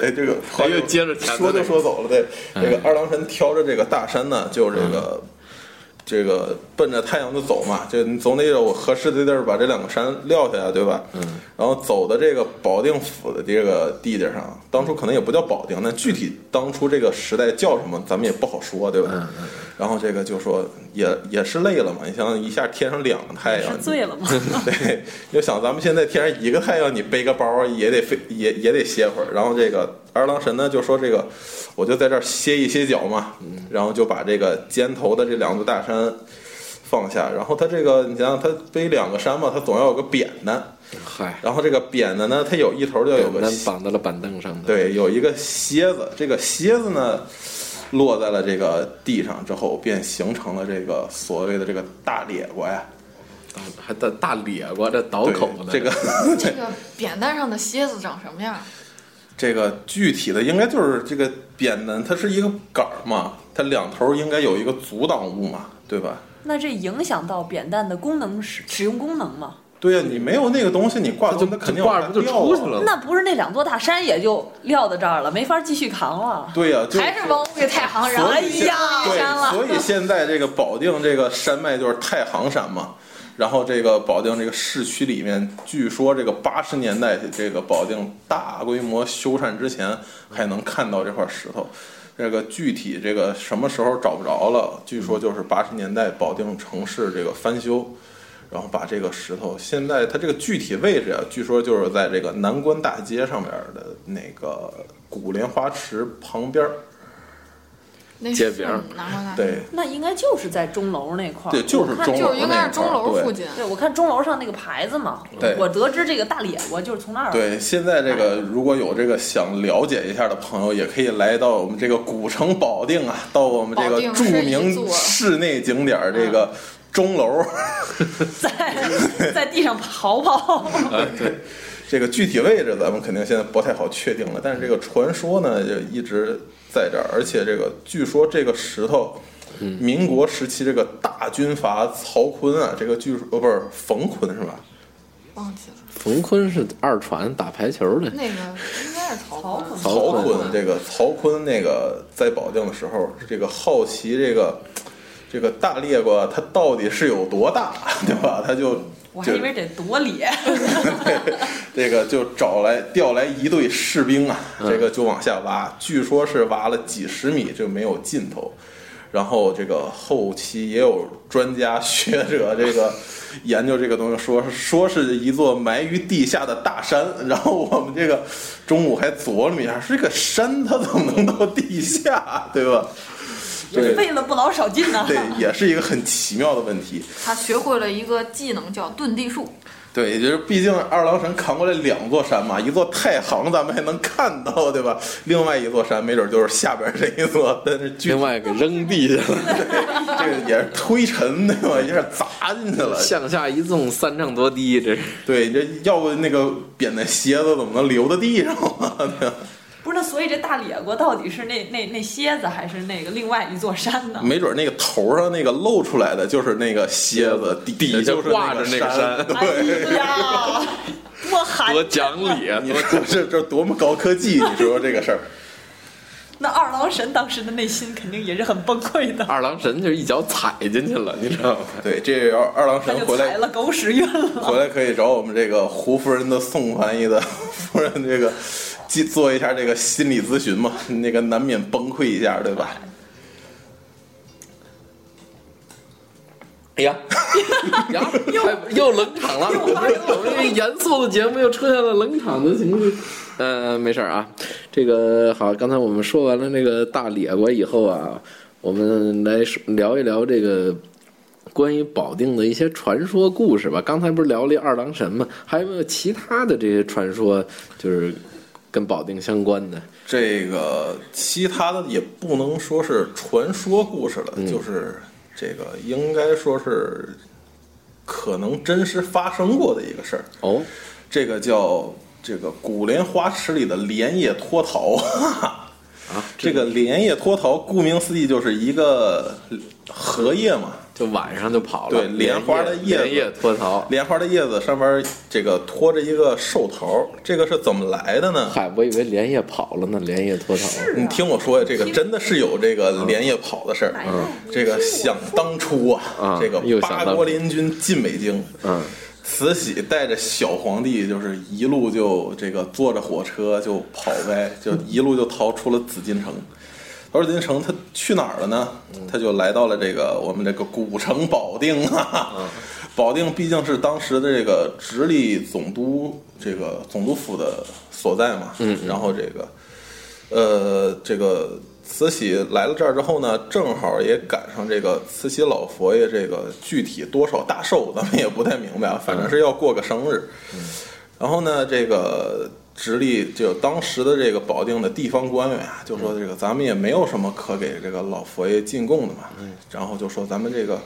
哎，这个话
又接着前面
说
那个
就
嗯
说走了。对，这个二郎神挑着这个大山呢，就这个。这个奔着太阳就走嘛，就你总得有合适的地儿把这两个山撂下来，对吧？嗯。然后走到这个保定府的这个地界上，当初可能也不叫保定，那具体当初这个时代叫什么，咱们也不好说，对吧？
嗯嗯。
然后这个就说也也是累了嘛，你想一下天上两个太阳
是，醉 了吗？
对，就想咱们现在天上一个太阳，你背个包儿也得飞，也也得歇会儿。然后这个二郎神呢就说这个，我就在这儿歇一歇脚嘛，
嗯
嗯然后就把这个肩头的这两座大山放下。然后他这个，你想想，他背两个山嘛，他总要有个扁担。
嗨，
然后这个扁担呢，它有一头就要有
简
个
单
斜
绑到了板凳上的，
对，有一个楔子，这个楔子呢落在了这个地上之后，便形成了这个所谓的这个大裂瓜呀。
大，啊还大大咧瓜，这倒
对
口呢，
这个
这个扁担上的蝎子长什么样？
这个具体的应该就是这个扁担，它是一个杆儿嘛，它两头应该有一个阻挡物嘛，对吧？
那这影响到扁担的功能使使用功能吗？
对呀、你没有那个东西，你挂
它就
它肯定
挂
往
着
下
不就
掉啊
出去了？吗？
那不是那两座大山也就撂到这儿了，没法继续扛了。
对呀、就
还是王屋与太行人？
所
哎
以
呀
山了
对，所以现在这个保定这个山脉就是太行山嘛。然后这个保定这个市区里面，据说这个八十年代这个保定大规模修缮之前，还能看到这块石头。这个具体这个什么时候找不着了？据说就是八十年代保定城市这个翻修，然后把这个石头，现在它这个具体位置啊，据说就是在这个南关大街上面的那个古莲花池旁边儿。
那嗯
街
是
边儿
南关大街，
对，
那应该就是在钟楼那块儿。
对就是
我看
钟楼
就是应该是钟楼附近。
对，我看钟楼上那个牌子嘛，
对
我得知这个大咧瓜就是从那儿来的。
对，现在这
哎
个如果有这个想了解一下的朋友，也可以来到我们这个古城保定 啊，到我们这
保
个
定
著
是一
名
座嗯
室内景点儿这个钟楼。
在 在地上刨刨。
这个具体位置咱们肯定现在不太好确定了，但是这个传说呢就一直在这儿，而且这个据说这个石头，民国时期这个大军阀曹锟啊，这个据说呃不是冯锟是吧？
忘记了
冯坤是二传打排球的，
那个应该是曹
曹
锟
锟
曹锟这个曹锟那个在保定的时候，这个好奇这个这个大列瓜它到底是有多大，对吧？他就
我还
就
以为得多咧，
这个就找来调来一队士兵啊，这个就往下挖，据说是挖了几十米就没有尽头。然后这个后期也有专家学者这个研究这个东西说，说是一座埋于地下的大山。 然后我们这个中午还琢磨一下，这个山它怎么能到地下，对吧？
也
对
费了不老少劲呢。
对，也是一个很奇妙的问题。
他学会了一个技能叫遁地术，
对，也就是毕竟二郎神扛过来两座山嘛，一座太行咱们还能看到，对吧？另外一座山没准就是下边这一座，但是具
另外给扔地下了，
这个也是推沉，对吧？一下砸 进去了。
向下一纵，三丈多低，这是
对，这要不那个扁担鞋子怎么能留在地上啊？ 对吧
不是，那所以这大咧瓜到底是那那那蝎子，还是那个另外一座山呢？
没准那个头上那个露出来的就是那个蝎子，底
底下
就是
挂着那
那
个
山
山。
哎 呀，多寒
多！讲理啊！
哎你说这这多么高科技？你说这个事儿，
那二郎神当时的内心肯定也是很崩溃的，
二郎神就是一脚踩进去了，你知道吗？
对，这二二郎
他
神
就
回来
踩了狗屎运了。
回来可以找我们这个胡夫人的宋翻译的 夫人，这个记做一下这个心理咨询嘛，那个难免崩溃一下，对吧？
哎呀，呀， 又又冷场了，我 们这严肃的节目又出现了冷场的形式。呃，没事儿啊，这个好，刚才我们说完了那个大咧瓜以后啊，我们来说聊一聊这个关于保定的一些传说故事吧。刚才不是聊了二郎神吗？还有没有其他的这些传说，就是跟保定相关的？
这个其他的也不能说是传说故事了，就是这个应该说是可能真实发生过的一个事儿。
哦，
这个叫这个古莲花池里的莲叶脱 逃。
啊，
这个莲叶脱逃，顾名思义就是一个荷叶嘛，
就晚上就跑了，
对莲花的叶子
莲叶脱逃。
莲花的叶子上面这个托着一个寿桃，这个是怎么来的呢？
嗨，我以为莲叶跑了呢，莲叶脱逃。
你听我说呀，这个真的是有这个莲叶跑的事儿。这个想当初啊
啊，
这个
又想当
八
初
国联军进北京，
嗯，
慈禧带着小皇帝，就是一路就这个坐着火车就跑呗，就一路就逃出了紫禁城。逃出紫禁城，他去哪儿了呢？他就来到了这个我们这个古城保定
嗯
啊。 保定毕竟是当时的这个直隶总督这个总督府的所在嘛。嗯。然后这个，呃，这个慈禧来了这儿之后呢，正好也赶上这个慈禧老佛爷这个具体多少大寿，咱们也不太明白啊，反正是要过个生日。然后呢，这个直隶就当时的这个保定的地方官员啊，就说这个咱们也没有什么可给这个老佛爷进贡的嘛，然后就说咱们这个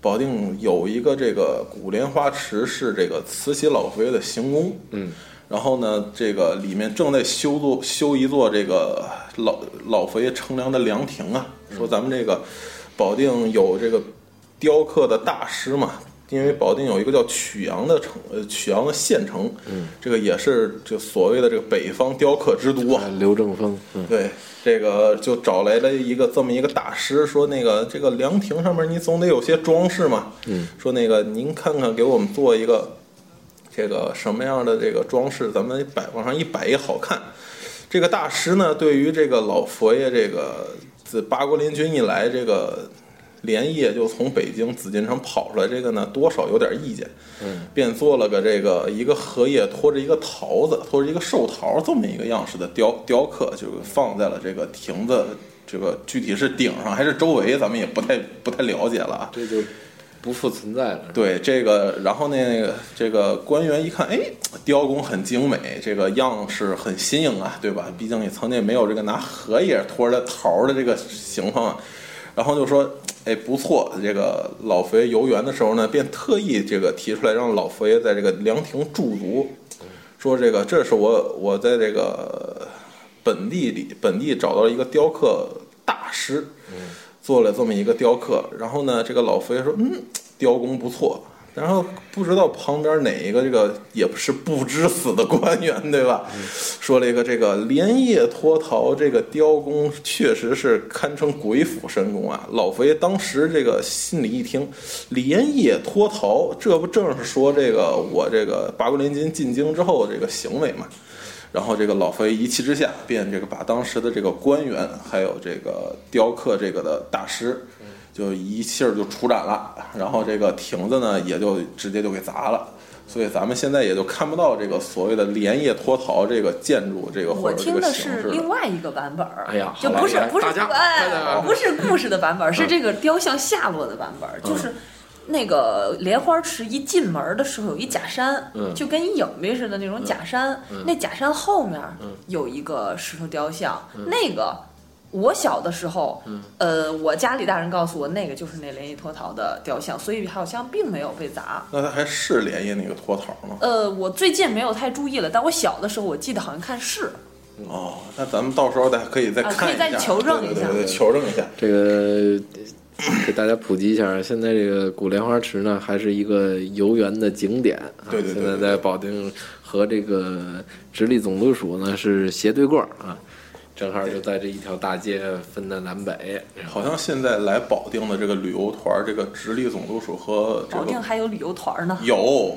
保定有一个这个古莲花池是这个慈禧老佛爷的行宫，嗯。然后呢，这个里面正在修座修一座这个老老佛爷乘凉的凉亭啊。说咱们这个保定有这个雕刻的大师嘛，因为保定有一个叫曲阳的城，呃，曲阳的县城，嗯，这个也是就所谓的这个北方雕刻之都啊。
刘正风，嗯，
对，这个就找来了一个这么一个大师，说那个这个凉亭上面你总得有些装饰嘛，嗯，说那个您看看给我们做一个这个什么样的这个装饰，咱们摆往上一摆也好看。这个大师呢，对于这个老佛爷这个自八国联军以来这个连夜就从北京紫禁城跑出来，这个呢多少有点意见，
嗯，
便做了个这个一个荷叶托着一个桃子，托着一个寿桃这么一个样式的雕雕刻，就放在了这个亭子这个具体是顶上还是周围，咱们也不太不太了解了啊。
这就不复存在了。
对这个，然后那个这个官员一看，哎，雕工很精美，这个样式很新颖啊，对吧？毕竟也曾经没有这个拿荷叶托着桃儿的这个情况啊。然后就说，哎，不错，这个老佛爷游园的时候呢，便特意这个提出来让老佛爷在这个凉亭驻足，说这个这是我我在这个本地里本地找到了一个雕刻大师，做了这么一个雕刻。然后呢，这个老佛爷说，嗯，雕工不错。然后不知道旁边哪一个这个也是不知死的官员，对吧？说了一个这个连夜脱逃，这个雕工确实是堪称鬼斧神工啊！老佛爷当时这个心里一听，连夜脱逃，这不正是说这个我这个八国联军进京之后这个行为嘛？然后这个老佛爷一气之下，便这个把当时的这个官员，还有这个雕刻这个的大师，就一气儿就处斩了。然后这个亭子呢，也就直接就给砸了。所以咱们现在也就看不到这个所谓的连夜脱逃这个建筑这个或
我
者这
听
个
的
形
是
式
另外一个版本儿，
哎呀
就
好了
不是
来
不是
大家
哎
大家嗯
不是故事的版本儿，是这个雕像下落的版本儿，就是。那个莲花池一进门儿的时候，有一假山，
嗯
就跟一影壁似的那种假山。那假山后面儿
嗯
有一个石头雕像，那个我小的时候，
嗯
呃，我家里大人告诉我，那个就是那莲叶脱逃的雕像，所以好像并没有被砸。
那它还是连夜那个脱逃吗？
呃，我最近没有太注意了，但我小的时候我记得好像看是，
哦，那咱们到时候再可以再
啊
看
呃可
一
以
下，
再求证一下
对对对对，求证一下。
这个呃给大家普及一下，现在这个古莲花池呢，还是一个游园的景点啊。
对对对对
现在在保定和这个直隶总督署呢是斜对过儿啊，正好就在这一条大街分的南北。然后
好像现在来保定的这个旅游团儿，这个直隶总督署和这
保定
个
还有旅游团儿呢。
有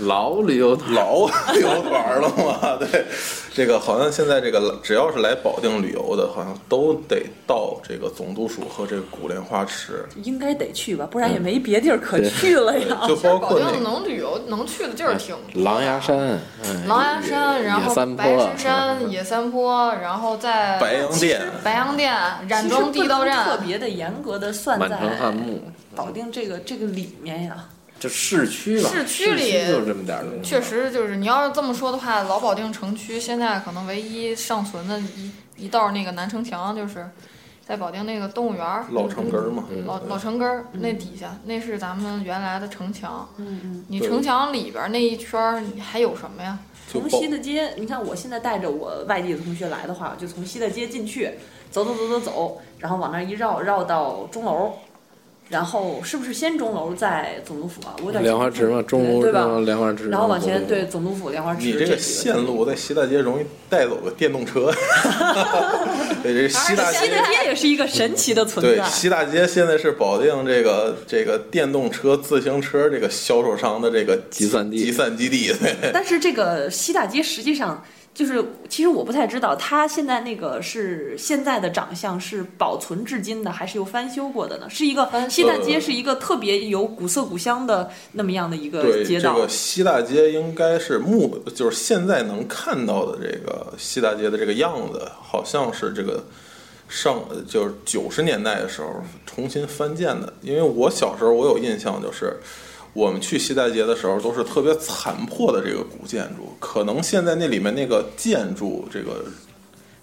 老旅游团
老旅游团儿了嘛？对，这个好像现在这个只要是来保定旅游的，好像都得到这个总督署和这个古莲花池，
应该得去吧，不
嗯
然也没别地儿可去了呀。
就包
保
括
定
那
能旅游能去的地儿挺多。
狼牙山，嗯
狼牙山，然
野
后
三坡
白石山、野三坡，然后再
白洋淀，
白洋淀、冉
其实
庄
不
地道
能特
战，
别的严格的算
满城汉
在
墓，
保定这个这个里面呀。
这市区吧，
市
区
区里
就这么点儿东西。
确实就是你要是这么说的话，老保定城区现在可能唯一尚存的一一道那个南城墙，就是在保定那个动物园儿
老城根儿嘛。
老老城根儿那底下，那是咱们原来的城墙。
嗯嗯。
你
对
城墙里边儿那一圈儿，你还有什么呀？
就
从
包
西大街，你看我现在带着我外地的同学来的话，我就从西大街进去，走走走走走，然后往那儿一绕，绕到钟楼，然后是不是先钟楼再总督府啊？我有点
莲花池嘛，中
对
午
对
然后
吧？
莲花池，
然后往
后
前
中路
对总督府、莲花池
你
这
这
几
个
地
线路在西大街容易带走个电动车， 对，这西大
西
街
大街也是一个神奇的存
对
在，。
西大街现在是保定这个这个电动车、自行车这个销售商的这个
集散地
集散基地。对
但是这个西大街实际上就是，其实我不太知道，它现在那个是现在的长相是保存至今的，还是有翻修过的呢？是一个西大街是一个特别有古色古香的那么样的一个
对，
街
这
道。
个西大街应该是目，就是现在能看到的这个西大街的这个样子，好像是这个上呃就是九十年代的时候重新翻建的。因为我小时候我有印象，就是我们去西大街的时候都是特别残破的这个古建筑，可能现在那里面那个建筑这个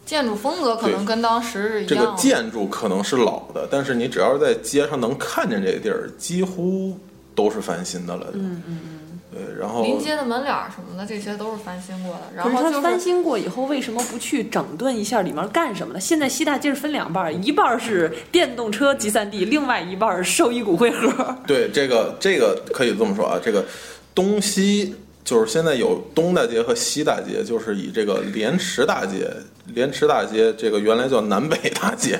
建筑风格可能
对
跟当时是一
这个
样的。
建筑可能是老的，但是你只要在街上能看见这个地儿，几乎都是翻新的了。嗯嗯嗯。对，然后
临街的门脸儿什么的，这些都是翻新过的。然
可是
后
它
就
翻
是
新过以后，为什么不去整顿一下里面干什么呢？现在西大街是分两半儿，一半儿是电动车集散地，另外一半儿兽医骨灰盒。
对这个这个可以这么说啊，这个东西就是现在有东大街和西大街，就是以这个莲池大街，莲池大街这个原来叫南北大街，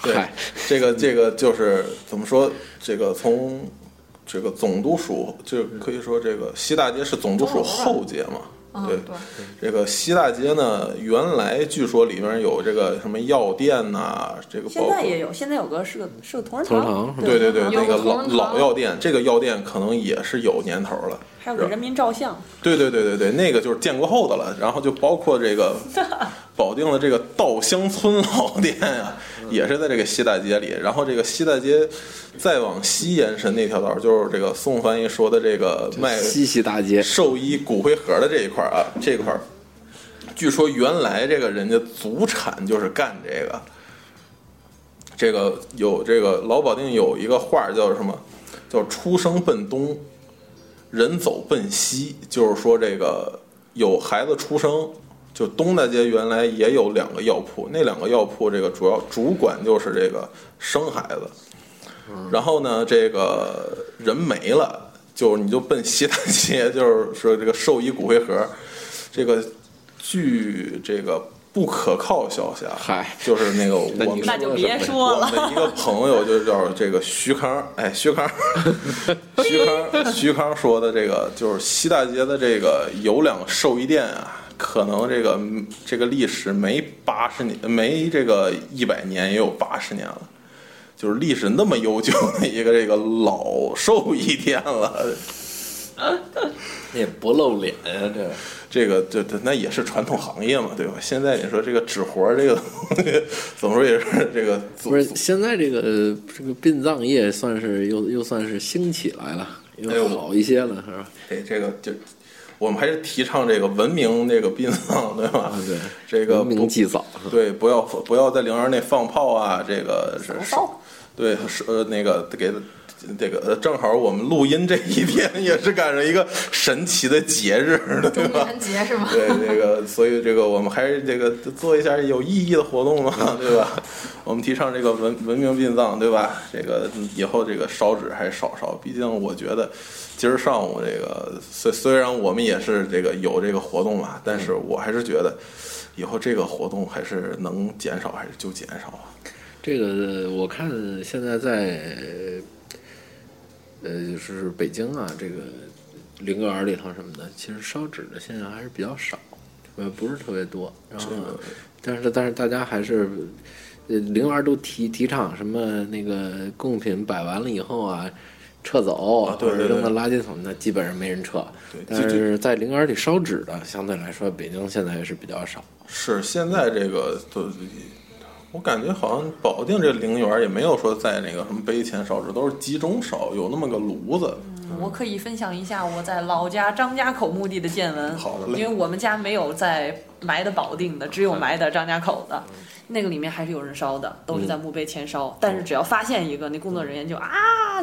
对
嗨，
这个这个就是怎么说，这个从这个总督署，就可以说这个西大街是总督署后街嘛。
嗯，
对
对，
这个西大街呢，原来据说里面有这个什么药店呐、这个包
现
括
在也有，现在有个是个是个同仁
同仁
堂
堂，
对对对，
有
那个
同
老
仁堂
老药店，这个药店可能也是有年头了。
还有给人民照相，
对对对对对，那个就是建国后的了，然后就包括这 个保定的这个稻香村老店呀、也是在这个西大街里。然后这个西大街再往西延伸那条道儿，就是这个宋翻译说的这个卖
西西大街，
兽医骨灰盒的这一块儿啊，这块儿，据说原来这个人家祖产就是干这个。这个有这个老保定有一个话儿叫什么？叫“出生奔东，人走奔西”，就是说这个有孩子出生，就东大街原来也有两个药铺，那两个药铺这个主要主管就是这个生孩子。
嗯
然后呢，这个人没了，就是你就奔西大街， 就是说这个兽医骨灰盒，这个据这个不可靠消息啊，
嗨
就是那个
那
我
你
们
那就别说
我
了。
们的一个朋友就叫这个徐康，哎，徐康，徐康，徐康说的这个就是西大街的这个有两个兽医店啊，可能这个这个历史没八十年，没这个一百年也有八十年了。就是历史那么悠久的一个这个老兽医店了，
也不露脸啊，这
这个这这那也是传统行业嘛，对吧？现在你说这个纸活儿这个东西，怎么说也是这个祖
不是现在这个呃这个殡葬业算是又又算是兴起来了，
哎呦
又好一些了，是吧？
对，这个就我们还是提倡这个文明这个殡葬，对吧？
啊，对，
这个
文明
不
祭扫，
对，不要不要在陵园内放炮啊，这个是是
炮，
对是呃那个给。这个呃正好我们录音这一天 也是赶上一个神奇的节日， 对
中
吧？
元节是吗？
对这个，所以这个我们还是这个做一下有意义的活 动嘛，对吧？我们提倡这个文文明殡葬，对吧？这个以后这个烧纸还是少烧，毕竟我觉得今儿上午这个虽虽然我们也是这个有这个活动嘛，但是我还是觉得以后这个活动还是能减少还是就减少啊。
这个我看现在在，呃，就是北京啊，这个陵园里头什么的，其实烧纸的现象还是比较少，呃，不是特别多。然后，但是但是大家还是，呃，陵园都提提倡什么那个贡品摆完了以后啊。撤走，
啊对
或者
对对
扔到垃圾桶，那基本上没人撤。
对
但
这这
是在陵园里烧纸的，相对来说，北京现在也是比较少。
是现在这个都，我感觉好像保定这陵园也没有说在那个什么碑前烧纸，都是集中烧，有那么个炉子。
我可以分享一下我在老家张家口墓地的见闻。
好嘞
因为我们家没有在埋的保定的，只有埋的张家口的。那个里面还是有人烧的，都是在墓碑前烧。但是只要发现一个，那工作人员就啊，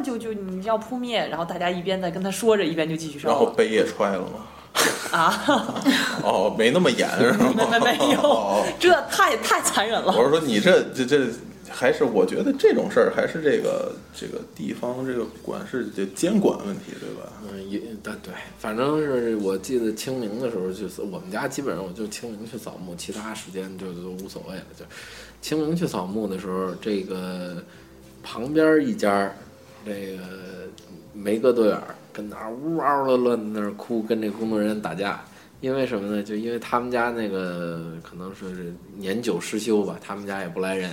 就就你要扑灭，然后大家一边在跟他说着，一边就继续
然
烧
后
了
碑也揣了吗？
啊。
哦，没那么严是吗？
没没没有
哦，
这太太残忍了。
我是说你这这这还是我觉得这种事儿还是这个这个地方这个管是这监管问题对吧？
嗯，也但对，反正是我记得清明的时候去扫，我们家基本上我就清明去扫墓，其他时间就都无所谓了。就清明去扫墓的时候，这个旁边一家儿，这个没隔多远儿，跟那儿呜嗷的乱在那儿哭，跟这工作人员打架。因为什么呢？就因为他们家那个可能是年久失修吧，他们家也不来人，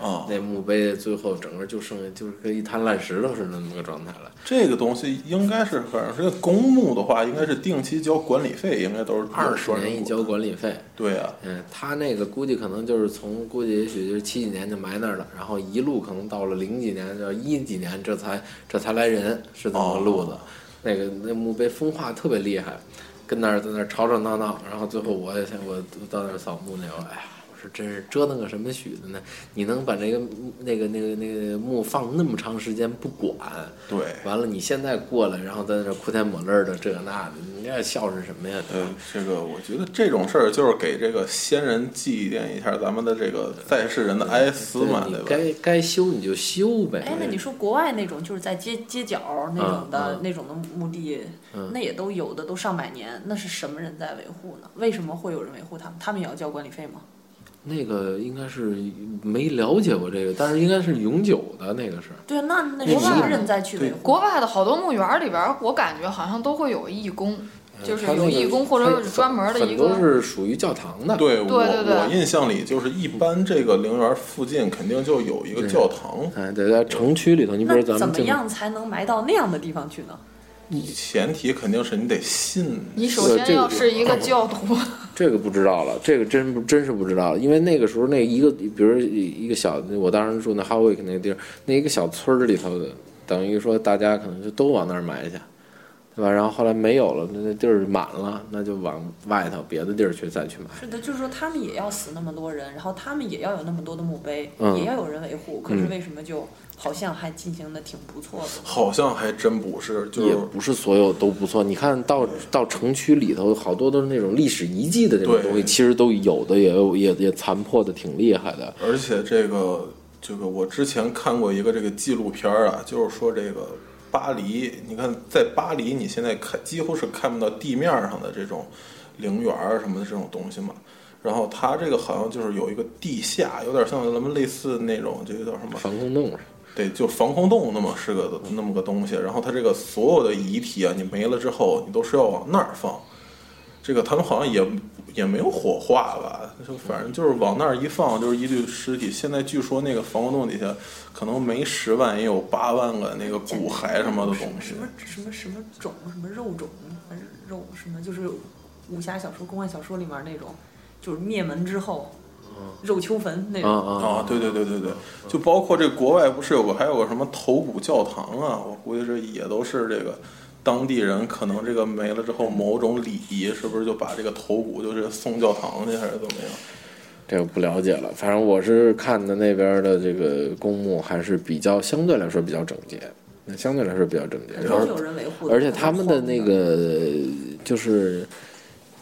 啊、
那墓碑最后整个就剩下就是跟一滩烂石头似的那么个状态了。
这个东西应该是反正这个公墓的话，应该是定期交管理费，应该都是
二十年一交。管理费，
对啊，
嗯，他那个估计可能就是从估计也许就是七几年就埋那儿了，然后一路可能到了零几年，到一几年这才这才来人，是这么个路子。那个那墓碑风化特别厉害，跟那儿在那儿吵吵闹闹，然后最后我也想我到那儿扫墓那会儿，哎呀，我说真是折腾个什么许的呢？你能把那个那个那个那个墓放那么长时间不管，
对，
完了你现在过来，然后在那儿哭天抹泪儿的这个那的，你这孝顺什么呀？
呃，这个我觉得这种事儿就是给这个先人祭奠一下咱们的这个在世人的哀思嘛，
对
对
你
吧？
该该修你就修呗。
哎，那你说国外那种就是在街街角那种的、
嗯嗯
那种的墓地，
嗯
那也都有的都上百年，那是什么人在维护呢？为什么会有人维护他们？他们也要交管理费吗？
那个应该是没了解过这个，但是应该是永久的那个是。
对啊，那那
国
是什么
外
人在去维护？
国外的好多墓园里边儿，我感觉好像都会有义工，就是
呃它那
有
个
义工或者是专门的
很
一
都
个，
是属于教堂的，
对
对对对
我我印象里就是一般这个陵园附近肯定就有一个教堂，
哎，对，在城区里头，你比
那
如咱
怎
们
么
进
样才能埋到那样的地方去呢？
前提肯定是你得信。
你首
是呃这
先
个嗯
要是一个教徒，
这个不知道了，这个真不真是不知道了，因为那个时候那一个，比如一个小，我当时住那 Howick 那个地儿，那一个小村儿里头的，等于说大家可能就都往那儿埋去，对吧？然后后来没有了，那那地儿满了，那就往外头别的地儿去再去埋。
是的，就是说他们也要死那么多人，然后他们也要有那么多的墓碑，
嗯
也要有人维护。可是
嗯
为什么就好像还进行的挺不错的？
好像还真不是，就
也
是
不是所有都不错，你看到到城区里头，好多都是那种历史遗迹的那种
对
东西，其实都有的也有也也残破的挺厉害的。
而且这个这个，我之前看过一个这个纪录片儿啊，就是说这个巴黎，你看在巴黎，你现在看几乎是看不到地面上的这种陵园儿什么的这种东西嘛。然后它这个好像就是有一个地下，有点像咱们类似那种这个叫什么
防空洞，
对，就防空洞那么是个那么个东西。然后它这个所有的遗体啊，你没了之后，你都是要往那儿放。这个他们好像也也没有火化吧，就反正就是往那儿一放，就是一具尸体。现在据说那个防空洞底下可能没十万也有八万个那个骨骸什么的东西
什。么什么什么种什么肉种还是肉什么，就是武侠小说、公安小说里面那种，就是灭门之后肉丘坟那
啊
种。
啊
啊，，
对对对对对，就包括这国外不是有个还有个什么头骨教堂啊，我估计这也都是这个当地人可能这个没了之后某种礼仪，是不是就把这个头骨就是送教堂去还是怎么样？
这个不了解了。反正我是看的那边的这个公墓还是比较相对来说比较整洁，那相对来说比较整洁。
肯
然
定
后
是有人维护的，
而且他们的那个就是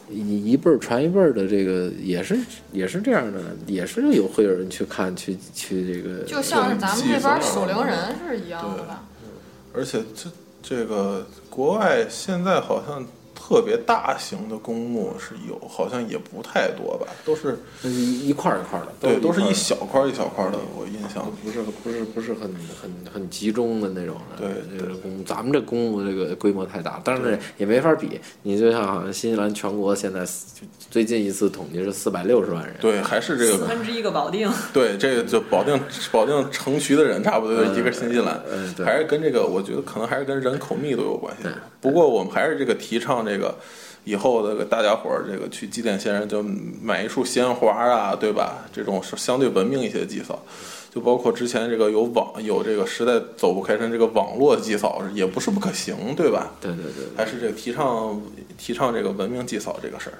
一一辈儿传一辈儿的这个也是也是这样的，也是有会有人去看去去这个，
就像是咱们这边儿守陵人
嗯
是一样的吧？
而且这这个国外现在好像特别大型的公墓是有，好像也不太多吧，都是
一一块儿一块儿的，
对，都
都
是
一
一
块
小块儿一小块儿的，我印象
儿的。不是不是不是很很很集中的那种的，
对
这个公咱们这公墓这个规模太大，但是也没法比。你就像好像新西兰全国现在就最近一次统计是四百六十万人，
对，还是这
四
个
分之一个保定，
对，这个就保定保定城区的人差不多就一个新西兰，
嗯对
还是跟这个我觉得可能还是跟人口密度有关系
对。
不过我们还是这个提倡这个以后这个大家伙儿这个去祭奠先人，就买一束鲜花啊，对吧？这种是相对文明一些的祭扫。就包括之前这个有网有这个时代走不开身这个网络祭扫也不是不可行，对吧？
对对对对。
还是这个提倡提倡这个文明祭扫这个事儿，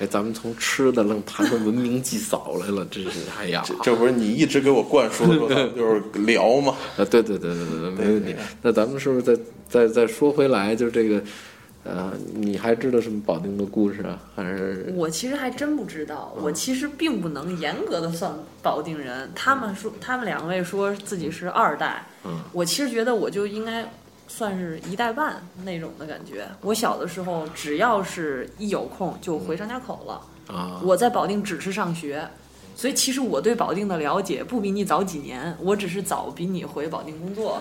哎，咱们从吃的愣谈到文明祭扫来了，真是哎呀！
这不是你一直给我灌输的 说咱们就是聊吗？
啊，对对对对对对，没问题。那咱们是不是再再再说回来，就这个，呃，你还知道什么保定的故事啊？还是
我其实还真不知道，我其实并不能严格的算保定人。他们说，他们两位说自己是二代，
嗯
我其实觉得我就应该算是一代半那种的感觉。我小的时候，只要是一有空就回张家口了。
啊？
我在保定只是上学，所以其实我对保定的了解不比你早几年，我只是早比你回保定工作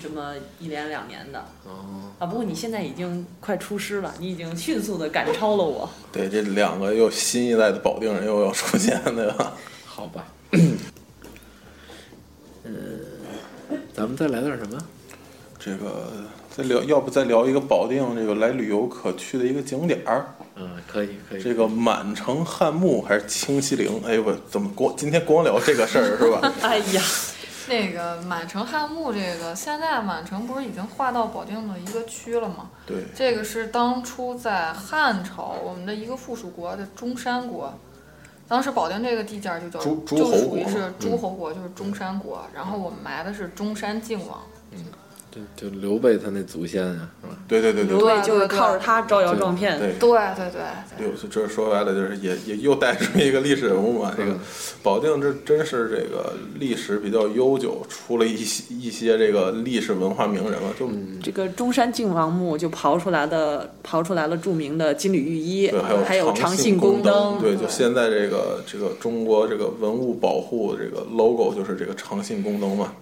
这么一年两年的。
哦，
啊，不过你现在已经快出师了，你已经迅速的赶超了我。
对，这两个又新一代的保定人又要出现，对吧？
好吧。 嗯，咱们再来点什么？
这个再聊，要不再聊一个保定这个来旅游可去的一个景点儿，
嗯，可以可以。
这个满城汉墓还是清西陵？哎我怎么光今天光聊这个事儿是 吧？
哎呀，
那个满城汉墓，这个现在满城不是已经划到保定的一个区了吗？
对，
这个是当初在汉朝我们的一个附属国的中山国，当时保定这个地界儿就叫
诸诸
就
侯
属于
国
是
嗯
诸侯国，就是中山国。然后我们埋的是中山靖王，
就就刘备他那祖先啊，是吧？
对对对对
刘
对啊
备就是靠着他招摇撞骗。
对。
对对对
对，就这说白了就是也也又带出一个历史人物嘛。这个保定这真是这个历史比较悠久，出了一些一些这个历史文化名人了。就
这个中山靖王墓就刨出来的，刨出来了著名的金缕玉衣
对，，
还
有
长
信
宫
灯，
对
对，就现在这个这个中国这个文物保护这个 logo 就是这个长信宫灯嘛。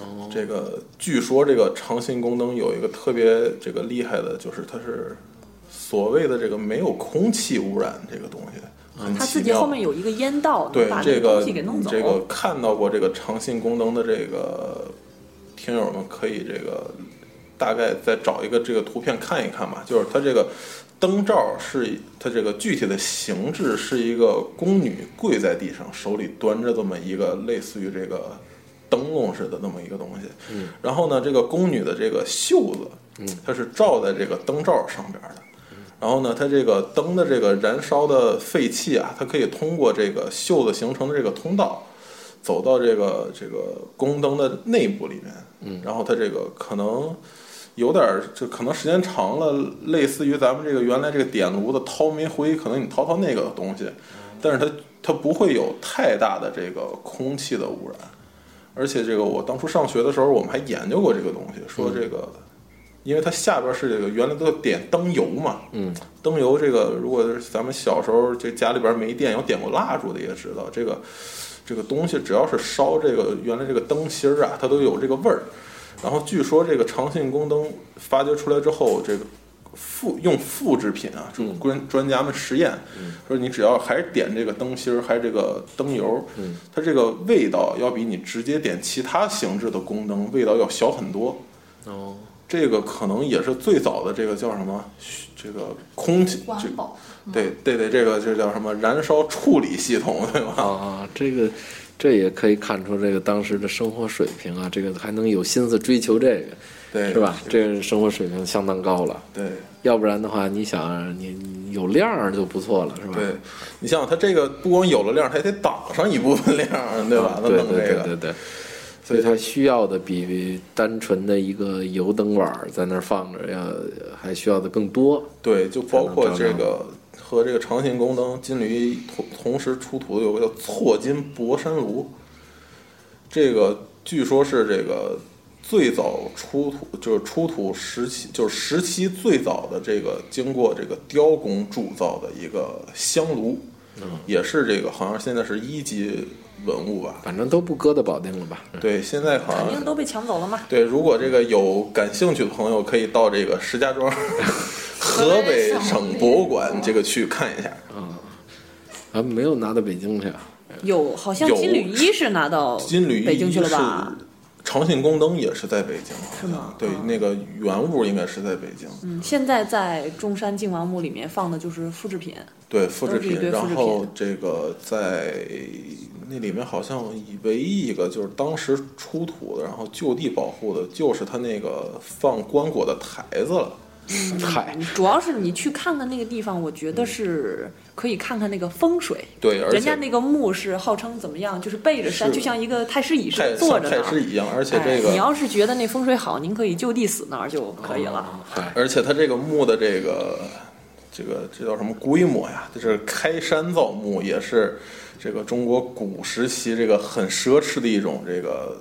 哦，
这个据说这个长信宫灯有一个特别这个厉害的，就是它是所谓的这个没有空气污染这个东西，很
它
奇
自己后
妙。
面有一个烟道，能
对
把那
这
个
个
东西给弄走。
这个看到过这个长信宫灯的这个听友们可以这个大概再找一个这个图片看一看吧，就是它这个。灯罩是它这个具体的形制是一个宫女跪在地上，手里端着这么一个类似于这个灯笼似的那么一个东西。嗯，然后呢，这个宫女的这个袖子，嗯，它是罩在这个灯罩上边的。然后呢，它这个灯的这个燃烧的废气啊，它可以通过这个袖子形成的这个通道，走到这个这个宫灯的内部里面。嗯，然后它这个可能有点儿，就可能时间长了，类似于咱们这个原来这个点炉的掏煤灰，可能你掏掏那个东西，但是它它不会有太大的这个空气的污染。而且这个我当初上学的时候，我们还研究过这个东西，说这个，因为它下边是这个原来都点灯油嘛，
嗯，
灯油这个，如果是咱们小时候这家里边没电，有点过蜡烛的也知道，这个这个东西只要是烧这个原来这个灯芯儿啊，它都有这个味儿。然后据说这个长信宫灯发掘出来之后，这个复用复制品啊，
嗯
这种专专家们实验，说你只要还是点这个灯芯儿，还是这个灯油，
嗯
它这个味道要比你直接点其他形制的宫灯味道要小很多。
哦，
这个可能也是最早的这个叫什么？这个空气这
环保，
对对对，这个这叫什么燃烧处理系统，对吧？
啊，这个这也可以看出这个当时的生活水平啊，这个还能有心思追求这个，
对，
是吧？这个生活水平相当高了，
对
要不然的话，你想你你有量儿就不错了，是吧？
对，你想想，它这个不光有了量，它还得挡上一部分量，对吧？
啊
它
对
弄
对
这
对
个，
对对，所以它需要的比单纯的一个油灯碗儿在那儿放着要还需要的更多。
对，就包括
才能照
这
亮
个和这个长信宫灯金驴同同时出土的有个叫错金博山炉，这个据说是这个最早出土就是出土时期就是时期最早的这个经过这个雕工铸造的一个香炉，
嗯
也是这个好像现在是一级文物吧？
反正都不搁到保定了吧？嗯
对，现在好
肯
像
定都被抢走了嘛。
对，如果这个有感兴趣的朋友，可以到这个石家 庄河北省博物馆这个去看一下。
哦
啊，没有拿到北京去啊。
有，好像
有
金缕衣是拿到
金缕
北京去
衣
了
是
吧？
长信宫灯也是在北京，
是吗哦
对，那个原物应该是在北京。
嗯，现在在中山靖王墓里面放的就是复制品，
对，复制
都是一
品。
堆复制
然
品
后这个在那里面好像唯一一个就是当时出土的，然后就地保护的，就是它那个放棺椁的台子了。
嗨，
嗯主要是你去看看那个地方，我觉得是可以看看那个风水。
对，而且
人家那个墓是号称怎么样，就是背着山，
是
就像一个太师椅似
太
的坐
像
着
太
呢。
师一样，而且
哎
这个、
你要是觉得那风水好，您可以就地死那儿就可以了。
哦。嗨，
而且它这个墓的这个这个这叫什么规模呀？就是开山造墓，也是这个中国古时期这个很奢侈的一种这个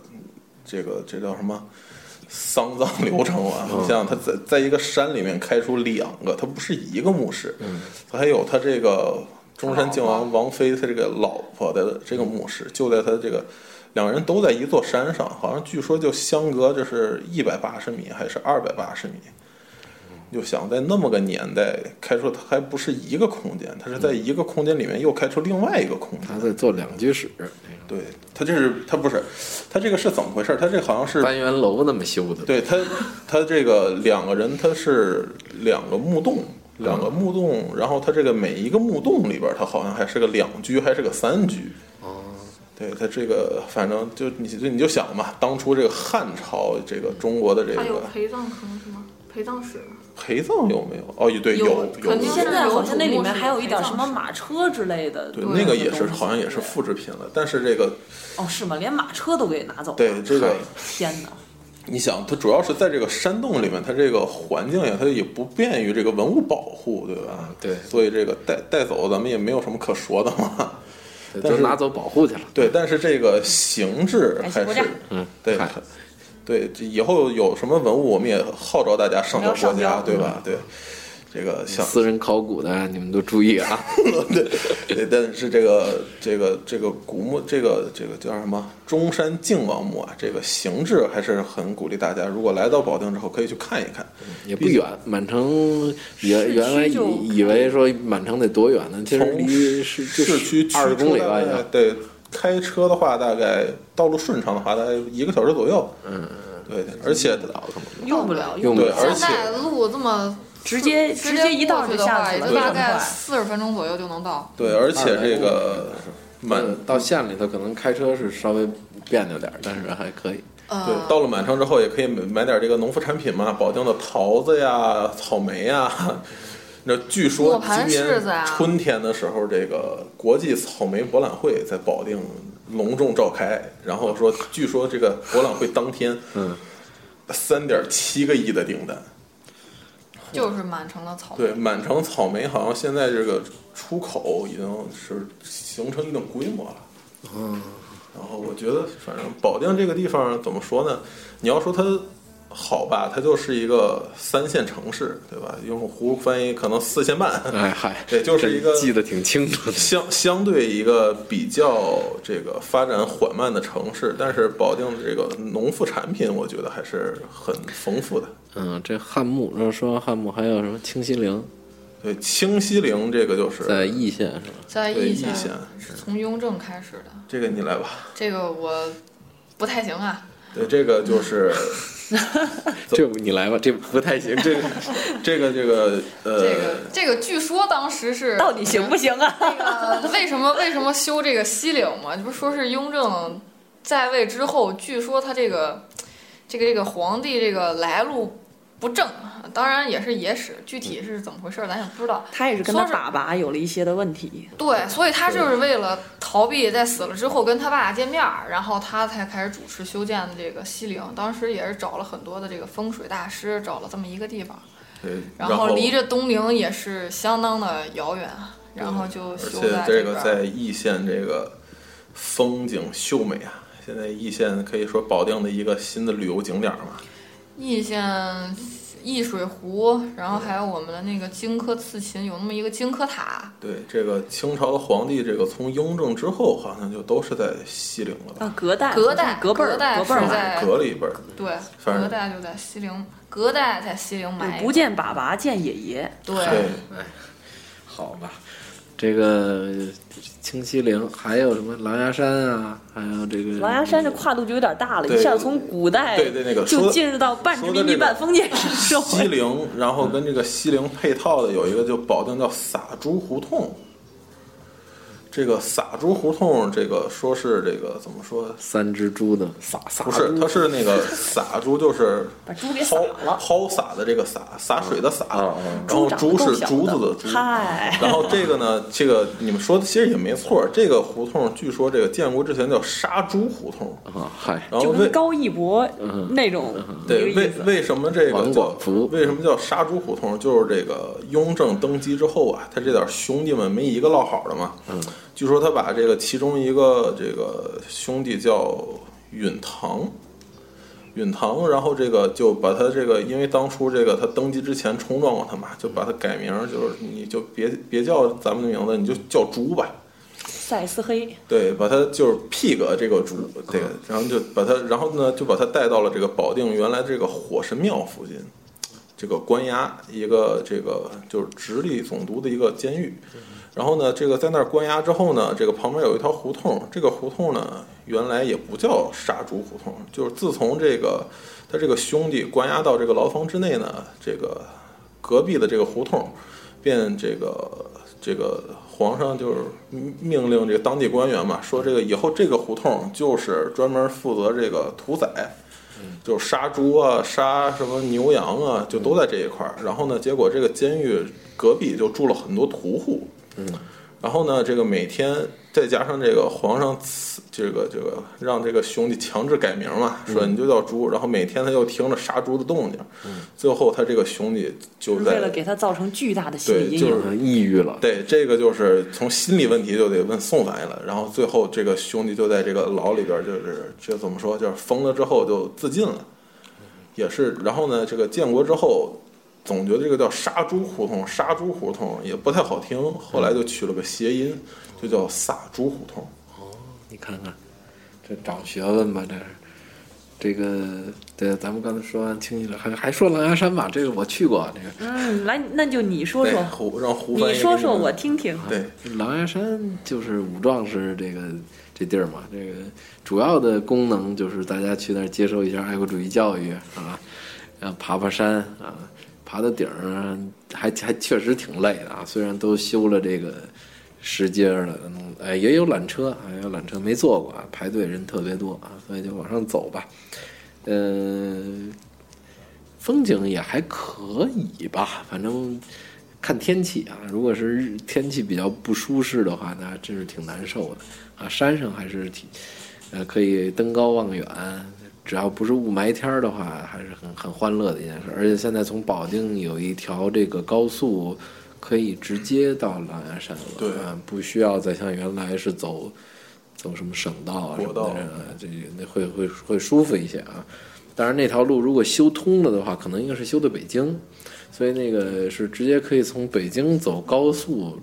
这个这叫什么？丧葬流程啊，你想想，他在在一个山里面开出两个，他不是一个墓室，它还有他这个中山靖王王妃他这个老婆的这个墓室，就在他这个两个人都在一座山上，好像据说就相隔就是一百八十米还是二百八十米，就想在那么个年代开出，它还不是一个空间，它是在一个空间里面又开出另外一个空间
他。在做两居室，
对，它这是它不是，它这个是怎么回事？它这好像是
单元楼那么修的。，
对它它这个两个人，它是两个木洞，两个木洞，然后它这个每一个木洞里边儿，它好像还是个两居，还是个三居。对它这个，反正就你就你就想吧，当初这个汉朝这个中国的这
还有
个
陪葬坑是吗？陪葬室吗
陪葬有没有？哦，对，
有
有
肯定
现在好像那里面还有一点
有
什么马车之类的，
对，
对
那个
那
也是好像也是复制品了，但是这个
哦，是吗？连马车都给拿走了。
对这个，
天哪！
你想，它主要是在这个山洞里面，它这个环境呀，它也不便于这个文物保护，对吧
嗯？对
所以这个带带走咱们也没有什么可说的嘛。但
就是拿走保护去了。
对，但是这个形制
感谢
还
国
是
家
嗯，
对
嗨
对，这以后有什么文物，我们也号召大家上
我们要
交国
上
嗯
家，
交
对吧？对，这个小
私人考古的你们都注意 啊！
对，但是这个这个这个古墓，这个这个叫什么中山靖王墓啊，这个形制还是很鼓励大家，如果来到保定之后可以去看一看。
也不远，满城原原来
市区就
以以为说满城得多远呢，其实
从
离市就
市区
二十公里吧，
吧
也就，
对，开车的话大概道路顺畅的话，大概一个小时左右。嗯，对，而且
老可能
用不了，
用不
不
对，
了
而
现
且
在路这么
直接直接一道
过去
就
的
下
话，
去
也
了，
就
非
大
常
概
快。
四十分钟左右就能到。
对，而且这个满
嗯到县里头可能开车是稍微别扭点儿，但是还可以。
对
呃，，
到了满城之后，也可以买买点这个农副产品嘛，保定的桃子呀、草莓呀。 那据
磨
说今
盘柿
年
子啊呀
春天的时候，这个国际草莓博览会在保定隆重召开，然后说，据说这个博览会当天，
嗯，
三点七个亿的订单，
就是满城的草莓。
对，满城草莓好像现在这个出口已经是形成一定规模了。嗯，然后我觉得，反正保定这个地方怎么说呢？你要说它好吧，它就是一个三线城市，对吧？用湖翻译可能四线半，
哎嗨，
嗯对就是一个
真记得挺清楚的。
相相对一个比较这个发展缓慢的城市，但是保定的这个农副产品，我觉得还是很丰富的。
嗯，这汉墓，然后说完汉墓还有什么清西陵，
对，清西陵这个就是
在易县是吧？
在
对
义
易
县
县，
是从雍正开始的，
这个你来吧。
这个我不太行啊。
对，这个就是
这你来吧，这不太行，这 个
这个这个
这
呃
个，这个据说当时是
到底行不行啊？
嗯那个为什么为什么修这个西岭嘛？你不是说是雍正在位之后，据说他这个这个这个皇帝这个来路不正，当然也是野史，具体是怎么回事儿咱也不知道。
他也是跟
说
他
是
爸爸有了一些的问题，
对，所以他就是为了逃避在死了之后跟他爸见面儿，然后他才开始主持修建的这个西陵。当时也是找了很多的这个风水大师，找了这么一个地方，
对
然
呃后
后离这东陵也是相当的遥远，然后就
而
修
且
这
这个
边儿
在易县这个风景秀美啊，现在易县可以说保定的一个新的旅游景点儿嘛。
易县易水湖，然后还有我们的那个荆轲刺秦，有那么一个荆轲塔。
对，这个清朝的皇帝，这个从雍正之后好像就都是在西陵了吧？
啊，隔
嗯
代、
隔代
隔辈儿、
隔代
隔辈儿
哦是在
嘛，
隔了一辈儿，
对，
反正
隔代就在西陵，隔代在西陵埋
不见爸爸见爷爷，
对
对，
好吧。这个清西陵还有什么狼牙山啊，还有这个
狼牙山这跨度就有点大了，
嗯对
一下从古代
对对那个说
就
的
进入到半殖
说的
民
这
地
个
半封建社
西
会。
陵，然后跟这个西陵配套的有一个就保定叫撒猪胡同。这个撒猪胡同，这个说是这个怎么说？
三只猪的撒撒
不是，它是那个撒猪，就是
把猪给撒
抛
了
抛洒的这个洒，洒水的洒，
啊啊
然后
长得
猪
够
是
小
竹
的
子的竹。
嗨，
然后这个呢，这个你们说的其实也没错儿，这个胡同据说这个建国之前叫杀猪胡同，
啊，嗨，
然后
就
为嗯
跟高一博那种
对
一个
为
意思。
为什么这个
王
叫
广福
为什么叫杀猪胡同？就是这个雍正登基之后啊，他这点兄弟们没一个落好的嘛。嗯，据说他把这个其中一个这个兄弟叫允堂，允堂，然后这个就把他这个，因为当初这个他登基之前冲撞过他嘛，就把他改名，就是你就别别叫咱们的名字，你就叫猪吧。
塞斯黑
对，把他就是 pig 这个主，这个，然后就把他，然后呢就把他带到了这个保定原来这个火神庙附近，这个关押一个这个就是直隶总督的一个监狱，然后呢这个在那儿关押之后呢，这个旁边有一条胡同，这个胡同呢原来也不叫杀猪胡同，就是自从这个他这个兄弟关押到这个牢房之内呢，这个隔壁的这个胡同便这个这个皇上就是命令这个当地官员嘛，说这个以后这个胡同就是专门负责这个屠宰，就是杀猪啊、杀什么牛羊啊，就都在这一块儿。然后呢，结果这个监狱隔壁就住了很多屠户，嗯，然后呢，这个每天再加上这个皇上赐这个这个让这个兄弟强制改名嘛，说你就叫猪，然后每天他又听着杀猪的动静，最后他这个兄弟就在
为了给他造成巨大的心
对
理阴
就
影，
是
啊抑郁了，
对，这个就是从心理问题就得问宋反应了。然后最后这个兄弟就在这个牢里边儿，就是这怎么说，就是疯了之后就自尽了，也是。然后呢，这个建国之后，总觉得这个叫杀猪胡同，杀猪胡同也不太好听，后来就取了个谐音，就叫撒猪胡同。
你看看，这长学问吧，这是。这个对，咱们刚才说完清晰了，还还说狼牙山吧，这个我去过，啊这个
嗯，来，那就你说
对，
说，
胡哎让胡翻译
你说说
给们
我听听。
对，
狼牙山就是武壮士这个这地儿嘛，这个主要的功能就是大家去那儿接受一下爱国主义教育啊，呃，爬爬山啊，爬到顶儿啊还还确实挺累的啊，虽然都修了这个石阶儿了，嗯，哎，也有缆车啊，也有缆车没坐过啊，排队人特别多啊，所以就往上走吧，嗯、风景也还可以吧，反正看天气啊，如果是日天气比较不舒适的话，那真是挺难受的啊。山上还是挺，呃，可以登高望远，只要不是雾霾天儿的话，还是很很欢乐的一件事。而且现在从保定有一条这个高速，可以直接到狼牙山了，
对
啊，不需要再像原来是走走什么省道啊什么
国道
的，呃这那会会会舒服一些啊。当然，那条路如果修通了的话，可能应该是修的北京，所以那个是直接可以从北京走高速，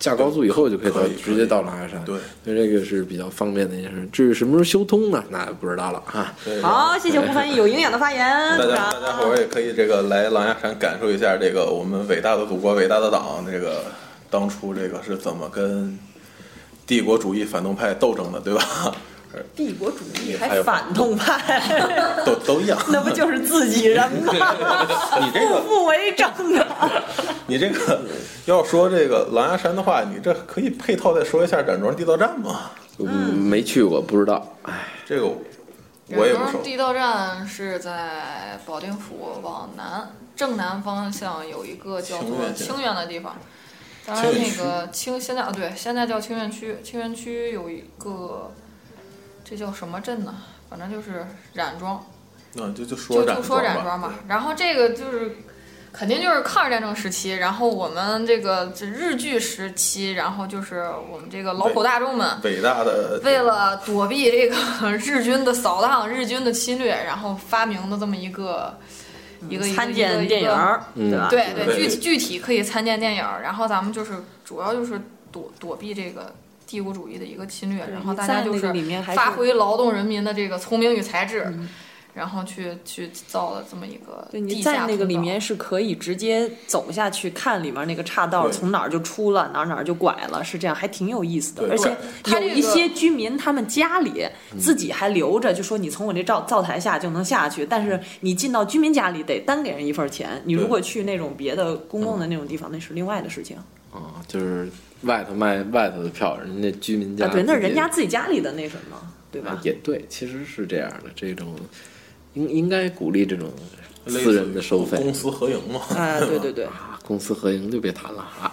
下高速以后就可以到
可以
直接到狼牙山。
对，
所以这个是比较方便的一件事。至于什么时候修通呢？那不知道了啊。
对
好，谢谢胡翻译有营养的发言，
大
鼓
家
掌
大家伙儿也可以这个来狼牙山感受一下这个我们伟大的祖国、伟大的党，这个当初这个是怎么跟帝国主义反动派斗争的，对吧？
帝国主义
还
还
有
反动派，
都都一样。
那不就是自己人吗？
你这
步
个
步为政啊！
你这个要说这个狼牙山的话，你这可以配套再说一下展庄地道战嘛？
嗯，没去过，不知道。哎，
这个我也不
然后
熟。
地道战是在保定府往南正南方向有一个叫
清
做
苑县
清苑的地方，当然
清苑
那
区
个清现在啊对，现在叫清苑区，清苑区有一个这叫什么镇呢？反正就是冉庄，
那就就说
就
展
就说冉
庄
庄吧。然后这个就是肯定就是抗日战争时期，然后我们这个这日据时期，然后就是我们这个劳苦大众们。
伟大的
为了躲避这个日军的扫荡、日军的侵略，然后发明的这么一个一个一个
嗯参
一个
见电影儿，啊
嗯
对吧？
对对，
对
具具体可以参见电影儿。然后咱们就是主要就是躲躲避这个帝国主义的一个侵略，然后大家就
在那个
是
里面还是
发挥劳动人民的这个聪明与才智，
嗯
然后去去造了这么一个
对你
地
在
下
那个里
通道
面是可以直接走下去看里面那个岔道
对
从哪儿就出了，哪儿哪儿就拐了，是这样，还挺有意思的。
对嗯
而且
对它
有
这个
一些居民他们家里自己还留着，就说你从我这灶灶台下就能下去，但是你进到居民家里得单给人一份钱。你
嗯
如
对嗯
果去那种别的公共的那种地方，那是另外的事情啊。
啊，就是外头卖外头的票，人家居民家
啊对，那
自
是
己
人家自己家里的那什么，对吧
啊？也对，其实是这样的。这种应应该鼓励这种
类
私
似
人的收费，
公私合营嘛。
啊，对对对，
啊，公私合营就别谈了 啊。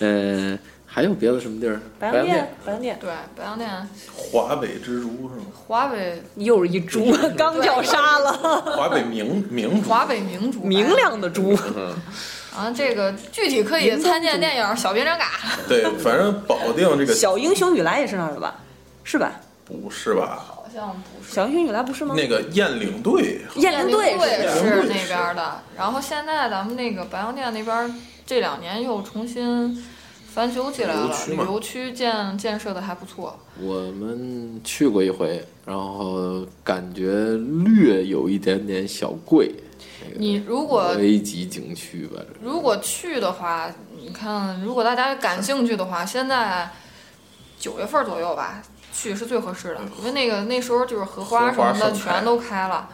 呃，还有别的什么地儿？
白
洋
洋淀，白洋淀
对北洋店
华北之珠是吗？
华北
又是一猪，刚叫杀 了，
华北明明珠。
华北明珠
明亮的猪。
啊，这个具体可以参见电影儿《小兵张嘎》。
对，反正保定这个
小英雄雨来也是那儿的吧？是吧？
不是吧？
好像不是。
小英雄雨来不是吗？
那个雁岭队
雁翎队
队
是
是那边儿的，然后现在咱们那个白洋淀那边儿这两年又重新翻修起来
旅游
了，
区
旅
嘛
游区建建设的还不错。
我们去过一回，然后感觉略有一点点小贵。
你如果
A 级景区吧，
如果去的话，你看，如果大家感兴趣的话，现在九月份儿左右吧，去是最合适的，因为那个那时候就是荷花
嗯
什
荷花
么的
盛开
全都开了。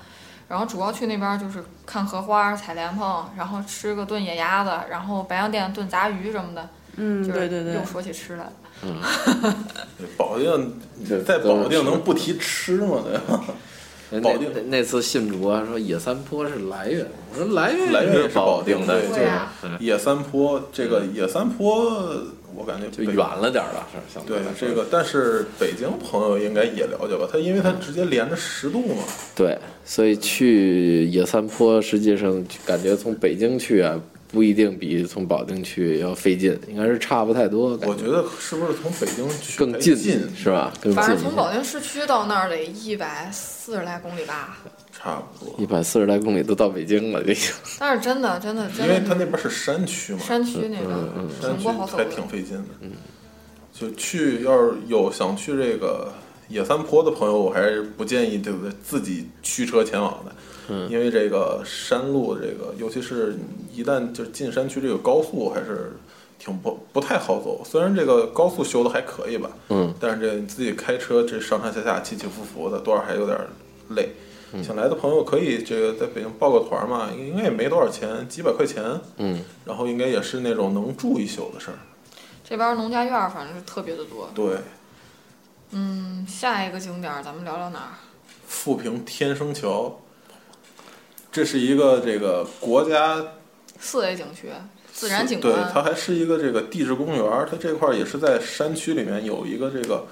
然后主要去那边儿就是看荷花、采莲蓬，然后吃个炖野鸭子，然后白洋淀炖杂鱼什么的。
嗯，
就是
对对对
又，说起吃来了。
保定
这，
在保
都是
定能不提吃 吗？对吧？
那
保定
那那次信主啊，说野三坡是来源，我说来源
来源
也
也
是
是
保
保
定
定
的，
的
就
对
是
啊
嗯
野三坡这个野三坡，我感觉
就
北
远。了点儿了，是相
对
来说
这个，但是北京朋友应该也了解吧？它因为它直接连着十渡嘛，
对，所以去野三坡实际上感觉从北京去啊，不一定比从保定去要费劲，应该是差不太多。感
我觉得是不是从北京去
更
还
近嗯
近
是吧？更
反
近
正从保定市区到那儿得一百四十来公里吧。
差不多？
嗯
一百四十来公里都到北京了，这已经。
但是真的，真的，
因
真
为它那
的
边是山区嘛，
山区那个
山
挺
区
不好走
嗯还
的。
挺费劲的。嗯就去要是有想去这个野三坡的朋友，我还是不建议这个自己驱车前往的。
嗯
因为这个山路，这个尤其是一旦就是进山区，这个高速还是挺不不太好走。虽然这个高速修的还可以吧，
嗯，
但是这你自己开车这上上下下起起伏伏的，多少还有点累。
嗯
想来的朋友可以这个在北京报个团嘛，应该也没多少钱，几百块钱，
嗯，
然后应该也是那种能住一宿的事儿。
这边农家院儿反正是特别的多。
对，
嗯，下一个景点儿咱们聊聊哪儿？
富平天生桥，这是一个这个国家
四 A 景区，自然景
对，它
观。
还是一个这个地质公园儿，它这块儿也是在山区里面有一个这个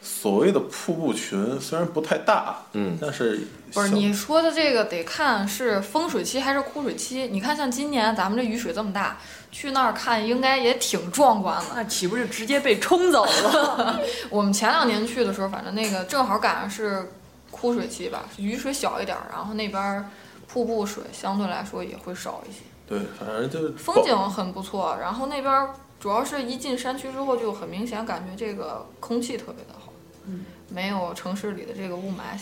所谓的瀑布群，虽然不太大，
嗯，
但是
不是
小
你说的这个得看是丰水期还是枯水期。你看像今年咱们这雨水这么大，去那儿看应该也挺壮观的。
那岂不是直接被冲走了？
我们前两年去的时候，反正那个正好赶上是枯水期吧，雨水小一点儿，然后那边儿瀑布水相对来说也会少一些。
对，反正就是
风景很不错，然后那边儿主要是一进山区之后，就很明显感觉这个空气特别的好，
嗯
没有城市里的这个雾霾，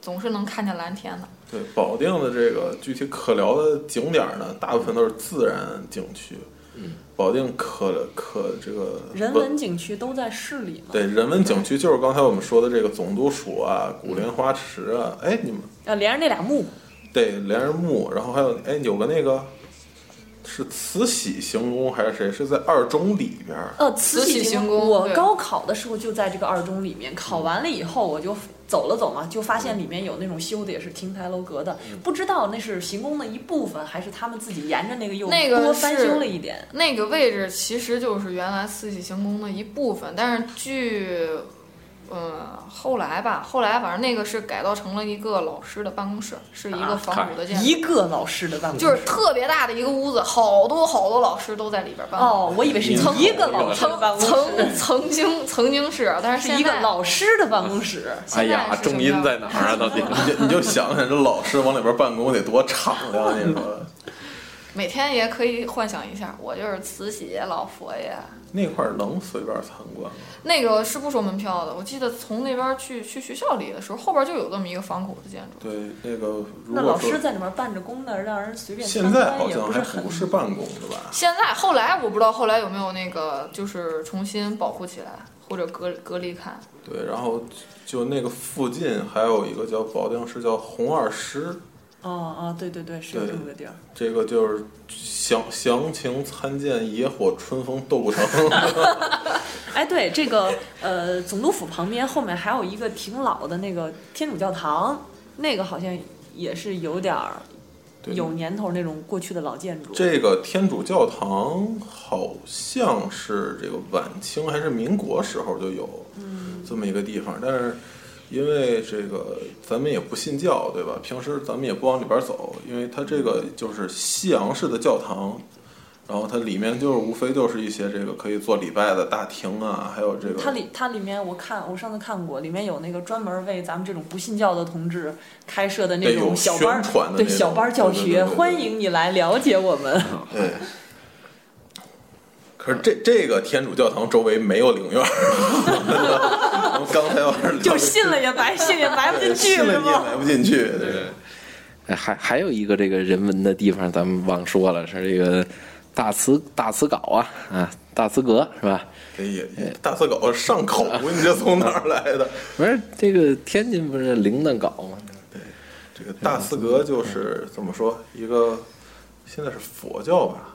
总是能看见蓝天的。
对保定的这个具体可聊的景点儿呢，大部分都是自然景区。嗯，保定可可这个
人文景区都在市里嘛？
对人文景区就是刚才我们说的这个总督署啊、古莲花池啊，哎，你们
啊，连着那俩墓，
对莲人墓，然后还有哎有个那个是慈禧行宫还是谁是在二中里边儿？
呃，慈禧
禧行
宫。
宫
我
对
高考的时候就在这个二中里面，考完了以后我就走了走嘛，就发现里面有那种修的也是亭台楼阁的，
嗯
不知道那是行宫的一部分，还是他们自己沿着那个又
那个
多翻
是
修了一点。
那个位置其实就是原来慈禧行宫的一部分，但是据呃后来吧，后来反正那个是改造成了一个老师的办公室，是一个
啊
仿古的建筑。
一个老师的办公室，
就是特别大的一个屋子，好多好多老师都在里边办公。
哦，我以为是一个老师的办
曾
公
曾
室，
曾经曾经是，但是
是
现
一个
在
老师的办公室。
哎
现在
呀，
是
重
什么
音
样
在哪儿啊？到底？
你就你就想想这老师往里边办公得多敞亮，你说
每天也可以幻想一下，我就是慈禧老佛爷。
那块儿能随便参观吗？
那个是不收门票的，我记得从那边去去学校里的时候，后边就有这么一个仿古的建筑。
对，那个如
那老
果
师
说
在里面办着工呢，让人随便参
现在
观
好
也
像
不
还
是很
不是办公的吧？
现在后来我不知道后来有没有那个就是重新保护起来或者隔隔离看。
对，然后就那个附近还有一个叫保定市叫红二师，
哦哦，对对对，是有
对
这么个地儿。
这个就是详详情参见野火春风斗 不成。
哎，对，这个呃，总督府旁边后面还有一个挺老的那个天主教堂，那个好像也是有点儿
对
有年头那种过去的老建筑。
这个天主教堂好像是这个晚清还是民国时候就有
嗯
这么一个地方，但是因为这个咱们也不信教，对吧？平时咱们也不往里边走，因为它这个就是西洋式的教堂，然后它里面就是无非就是一些这个可以做礼拜的大厅啊，还有这个
它里它里面我看我上次看过，里面有那个专门为咱们这种不信教的同志开设的那
对有
种小班儿
宣传的那
对
种
小班儿教
对对
学，
对对对
欢迎你来了解我们。
对。 可是这这个天主教堂周围没有陵院儿，我们 刚才我是聊
就信了也白， 信也白不进去，
信了
是
你也
吗？
埋不进去，对。
哎，还还有一个这个人文的地方，咱们忘说了，是这个大慈大慈皋啊啊，大慈阁是吧？
这也也大四狗上口，你这从哪儿来的？
不是这个天津不是铃铛镐吗？
这个大四格就是怎么说一个，现在是佛教吧，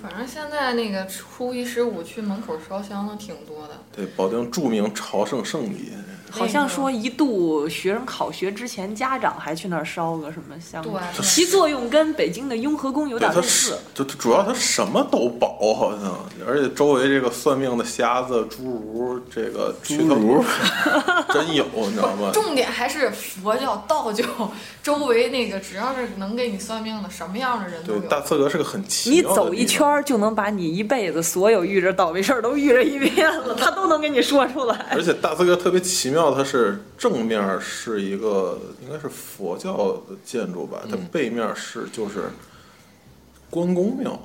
反正现在那个初一十五去门口烧香的挺多的，
对，保定著名朝圣圣地，
好像说一度学生考学之前，家长还去那儿烧个什么香，
对啊对
嗯其作用跟北京的雍和宫有
对
点
它
类
是
似。
就它主要它什么都保，好像，而且周围这个算命的瞎子、侏儒，这个
侏儒
真有，你知道吗？
重点还是佛教、 道教周围那个，只要是能给你算命的，什么样的人都
对，
有。
大刺格是个很奇
你
妙的
走
地
一
方
圈儿就能把你一辈子所有遇着倒霉事儿都遇着一遍了，他都能给你说出来。
而且大刺格特别奇妙，它是正面是一个应该是佛教的建筑吧，它
嗯
背面是就是关公庙，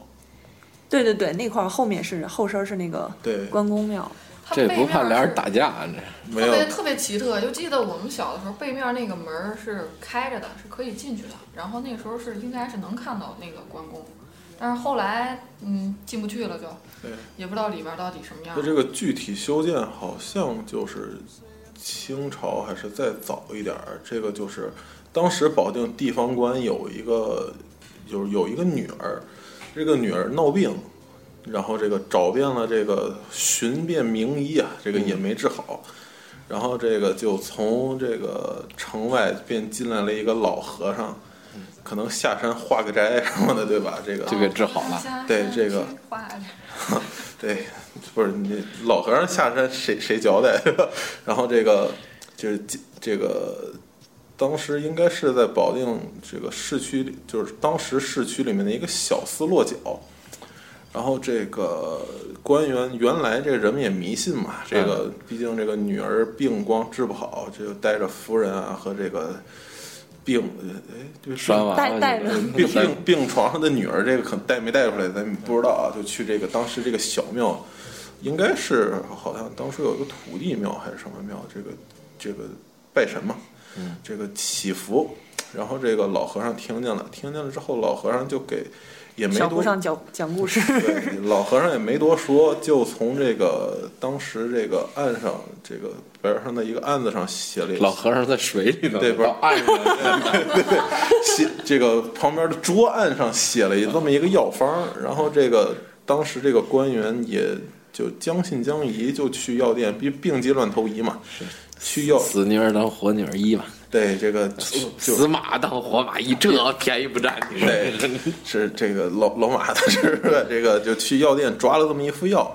对对对，那块儿后面是后身儿是那个
对
关公庙，
它
这
背
不
面
怕俩人
是
打架啊？这
没
特
哦
有
别特别奇特，就记得我们小的时候，背面那个门儿是开着的，是可以进去的。然后那个时候是应该是能看到那个关公，但是后来嗯进不去了就，
对
也不知道里边到底什么样
它。这个具体修建好像就是清朝还是再早一点儿，这个就是当时保定地方官有一个有有一个女儿，这个女儿闹病，然后这个找遍了这个寻遍名医啊，这个也没治好。然后这个就从这个城外便进来了一个老和尚，可能下山化个斋什么的，对吧？这个
就给治好了。
对这个对，不是你老和尚下山谁谁交代？ 然后这个就是这这个，当时应该是在保定这个市区里，就是当时市区里面的一个小厮落脚。然后这个官员原来这人们也迷信嘛，这个毕竟这个女儿病光治不好，这就带着夫人啊和这个病，哎，就是
拴完
带
了
带
就是
着
病病病床上的女儿，这个可能带没带出来，咱不知道啊。就去这个当时这个小庙，应该是好像当时有一个土地庙还是什么庙，这个这个拜神嘛，
嗯
这个祈福。然后这个老和尚听见了，听见了之后，老和尚就给也没
小
多
和尚讲讲故 事。
对，老和尚也没多说，就从这个当时这个案上这个边儿上的一个案子上写了一
老和尚在水里头，
对不是
到岸上了，
写 这个旁边的桌案上写了这么一个药方儿，然后这个当时这个官员也就将信将疑，就去药店，病病急乱投医嘛，去药
死女儿当活女儿医嘛，
对这个 就
死马当活马医，这便宜不占，你说
对，是这个老老马的是吧这个就去药店抓了这么一副药，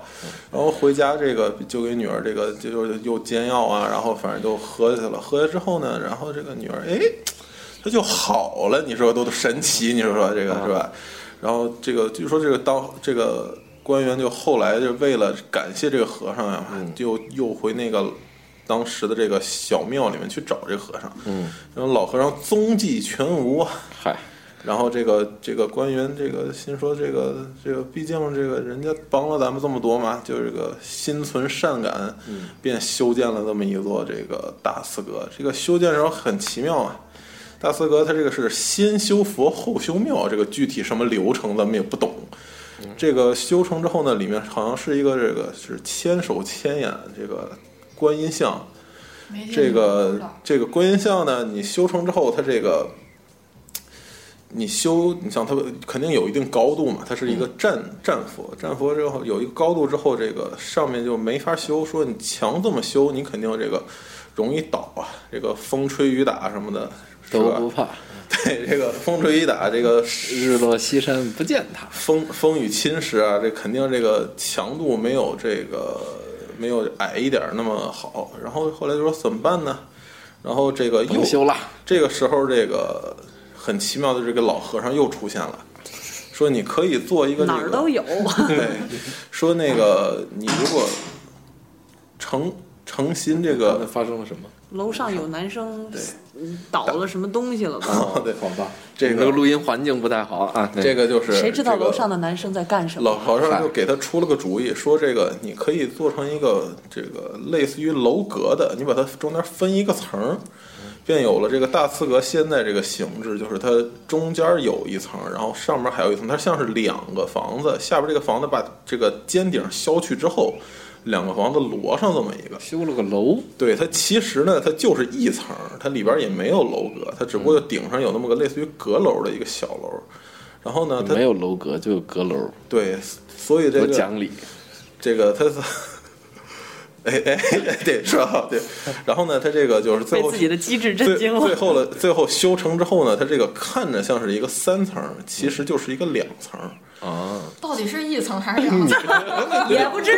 然后回家这个就给女儿这个就又又煎药啊，然后反正就喝下去了。喝下之后呢，然后这个女儿哎，她就好了，你说都神奇，你说说这个是吧？然后这个据说这个当这个官员就后来就为了感谢这个和尚呀、就又回那个当时的这个小庙里面去找这个和尚，嗯，然后老和尚踪迹全无啊。
嗨，
然后这个这个官员这个心说这个这个，毕竟这个人家帮了咱们这么多嘛，就这个心存善感，便修建了这么一座这个大四阁。这个修建的时候很奇妙啊，大四阁它这个是先修佛后修庙，这个具体什么流程咱们也不懂。这个修成之后呢，里面好像是一个这个是千手千眼这个观音像，
没
这
见过不
个
知道
这个观音像呢，你修成之后，它这个你修，你像它肯定有一定高度嘛，它是一
嗯
个站站佛，站佛之后有一个高度之后，这个上面就没法修，说你强这么修，你肯定这个容易倒啊，这个风吹雨打什么的，是
都
吧
不？怕，
对，这个风吹雨打，这个
日落西山不见他。
风风雨侵蚀啊，这肯定这个强度没有这个没有矮一点儿那么好。然后后来就说怎么办呢？然后这个又
甭修了，
这个时候这个很奇妙的这个老和尚又出现了，说你可以做一个、这个、
哪儿都 有，
对，说那个你如果诚诚心这
刚才
个
发生了什么？
楼上有男生
对
倒了什么东西了吧？
哦对
好吧，
这个
我们录音环境不太好啊。对
这个就是
谁知道
这个
楼上的男生在干什
老
么？啊
和尚就给他出了个主意，说这个你可以做成一个这个类似于楼阁的，你把它中间分一个层儿，便有了这个大刺阁现在这个形制，就是它中间有一层，然后上面还有一层，它像是两个房子，下边这个房子把这个尖顶削去之后，两个房子摞上这么一个。
修了个楼，
对它其实呢，它就是一层
嗯
儿，它里边儿也没有楼阁，它只不过顶上有那么个类似于阁楼的一个小楼儿。然后呢，它
没有楼阁就有阁楼，
对，所以这
多
个
讲理。
这个它， 哎哎哎，对，是吧？对。然后呢，它这个就是最
被
后
自己的机智震
最
惊
最
了。
后的最后修成之后呢，它这个看着像是一个三层，其实就是一个两 层。
啊，
到底是一层还是两层？
也不知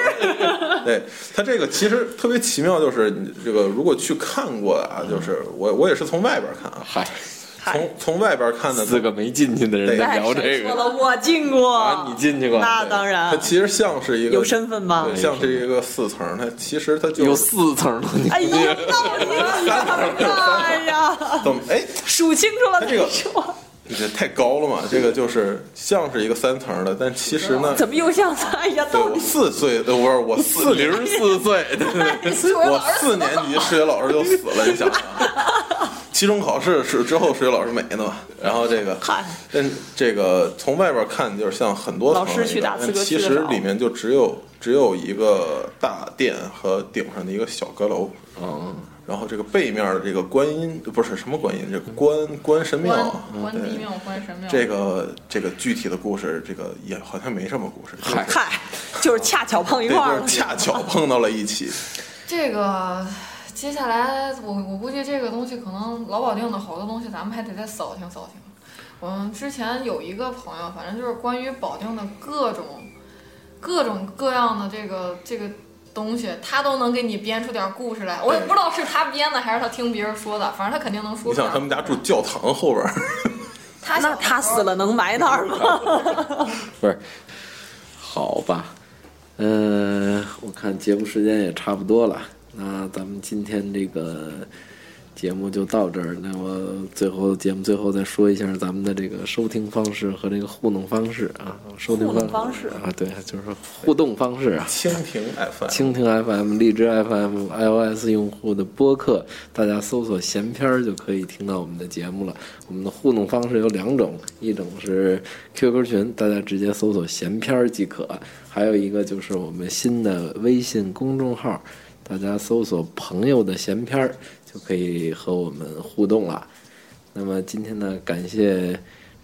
对，它这个其实特别奇妙，就是你这个如果去看过的啊，就是我我也是从外边看啊，
嗨，
从从外边看的
四个没进去的人在
对
聊这
哎说
个
了，我进过，
啊，你进去过？
那当
它
然啊
其实像是一个
有身份啊吧
对，？像是一个四层，它其实它就
有
是
四层楼，你
哎呀，那我 听了，哎呀，
怎么哎，
数清楚了
他
再
这个
说。
这太高了嘛，这个就是像是一个三层的，但其实呢，
怎么又像咱？哎呀，
对
到
我
底
四岁，呃不是我四
四零四岁，对对对
我四年级数学老师就死了，你想想，期中考试是之后数学老师没呢嘛，然后这个
嗨，
但是这个从外边看就是像很多层的一个
老师去打刺客
但其
去
实
得早
里面就只有只有一个大殿和顶上的一个小阁楼。
嗯，
然后这个背面的这个观音不是什么观音，这个关关神庙
关
啊，
关
对
帝庙、关神庙，
这个这个具体的故事，这个也好像没什么故事，就是
嗨
嗨，就是恰巧碰一
对，
块儿
就
了。
是恰巧碰到了一起。
这个接下来我我估计这个东西可能老保定的好多东西咱们还得再扫听扫听。我们之前有一个朋友，反正就是关于保定的各种各种各样的这个这个东西，他都能给你编出点故事来。我也不知道是他编的还是他听别人说的，反正他肯定能说
你
出来。
想他们家住教堂后边儿，
他
那他死了能埋那 儿吗？
不是，好吧，嗯，我看节目时间也差不多了，那咱们今天这个节目就到这儿。那我最后节目最后再说一下咱们的这个收听方式和这个互动方式啊，收听
互动方式
啊，对，就是说互动方式啊。
蜻蜓 FM。
蜻蜓 FM、荔枝 FM、iOS 用户的播客，大家搜索“闲篇儿”就可以听到我们的节目了。我们的互动方式有两种，一种是 QQ 群，大家直接搜索“闲篇儿”即可；还有一个就是我们新的微信公众号，大家搜索“朋友的闲篇儿”就可以和我们互动了。那么今天呢，感谢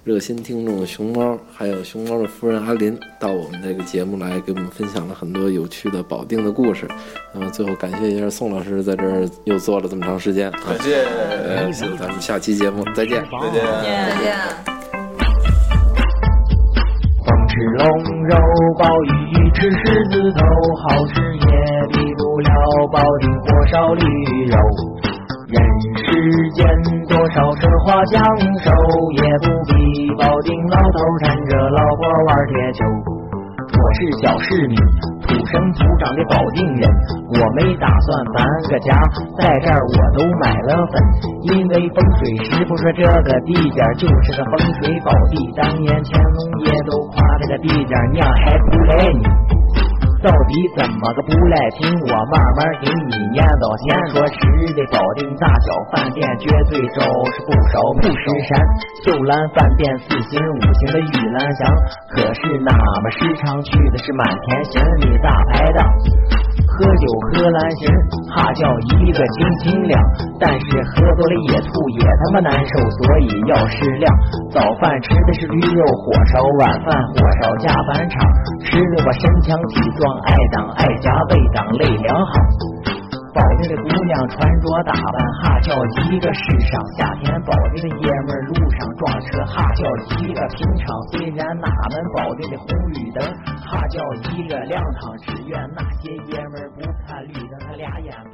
热心听众熊猫，还有熊猫的夫人阿林，到我们这个节目来给我们分享了很多有趣的保定的故事。那么最后感谢一下宋老师在这儿又坐了这么长时间啊
感，谢，
呃，行，咱们下期节目再见。
再见。
再见。
风吃龙肉，鲍鱼吃狮子头，好吃也比不了保定火烧驴肉。人世间多少春花相守，也不比保定老头缠着老婆玩铁球。我是小市民，土生土长的保定人，我没打算搬个家，在这儿我都买了坟，因为风水师傅说这个地点儿就是个风水宝地，当年乾隆爷都夸这个地点儿酿还不赖你。到底怎么个不赖？听我慢慢给你念叨。先说吃的，保定大小饭店撅最周是不少，不识山。秀兰饭店四星五星的玉兰香，可是哪么时常去的是满田行李大排档。喝酒喝兰心，哈叫一个清清凉。但是喝多了也吐，也他妈难受，所以要适量。早饭吃的是驴肉火烧，晚饭火烧下饭场，吃的我身强体壮，爱党爱家为党泪两行。保定的姑娘穿着打扮，哈叫一个时尚；夏天保定的爷们儿路上撞车，哈叫一个平常。虽然俺们保定的红绿灯，哈叫一个亮堂，只愿那些爷们儿不看绿灯，他俩眼。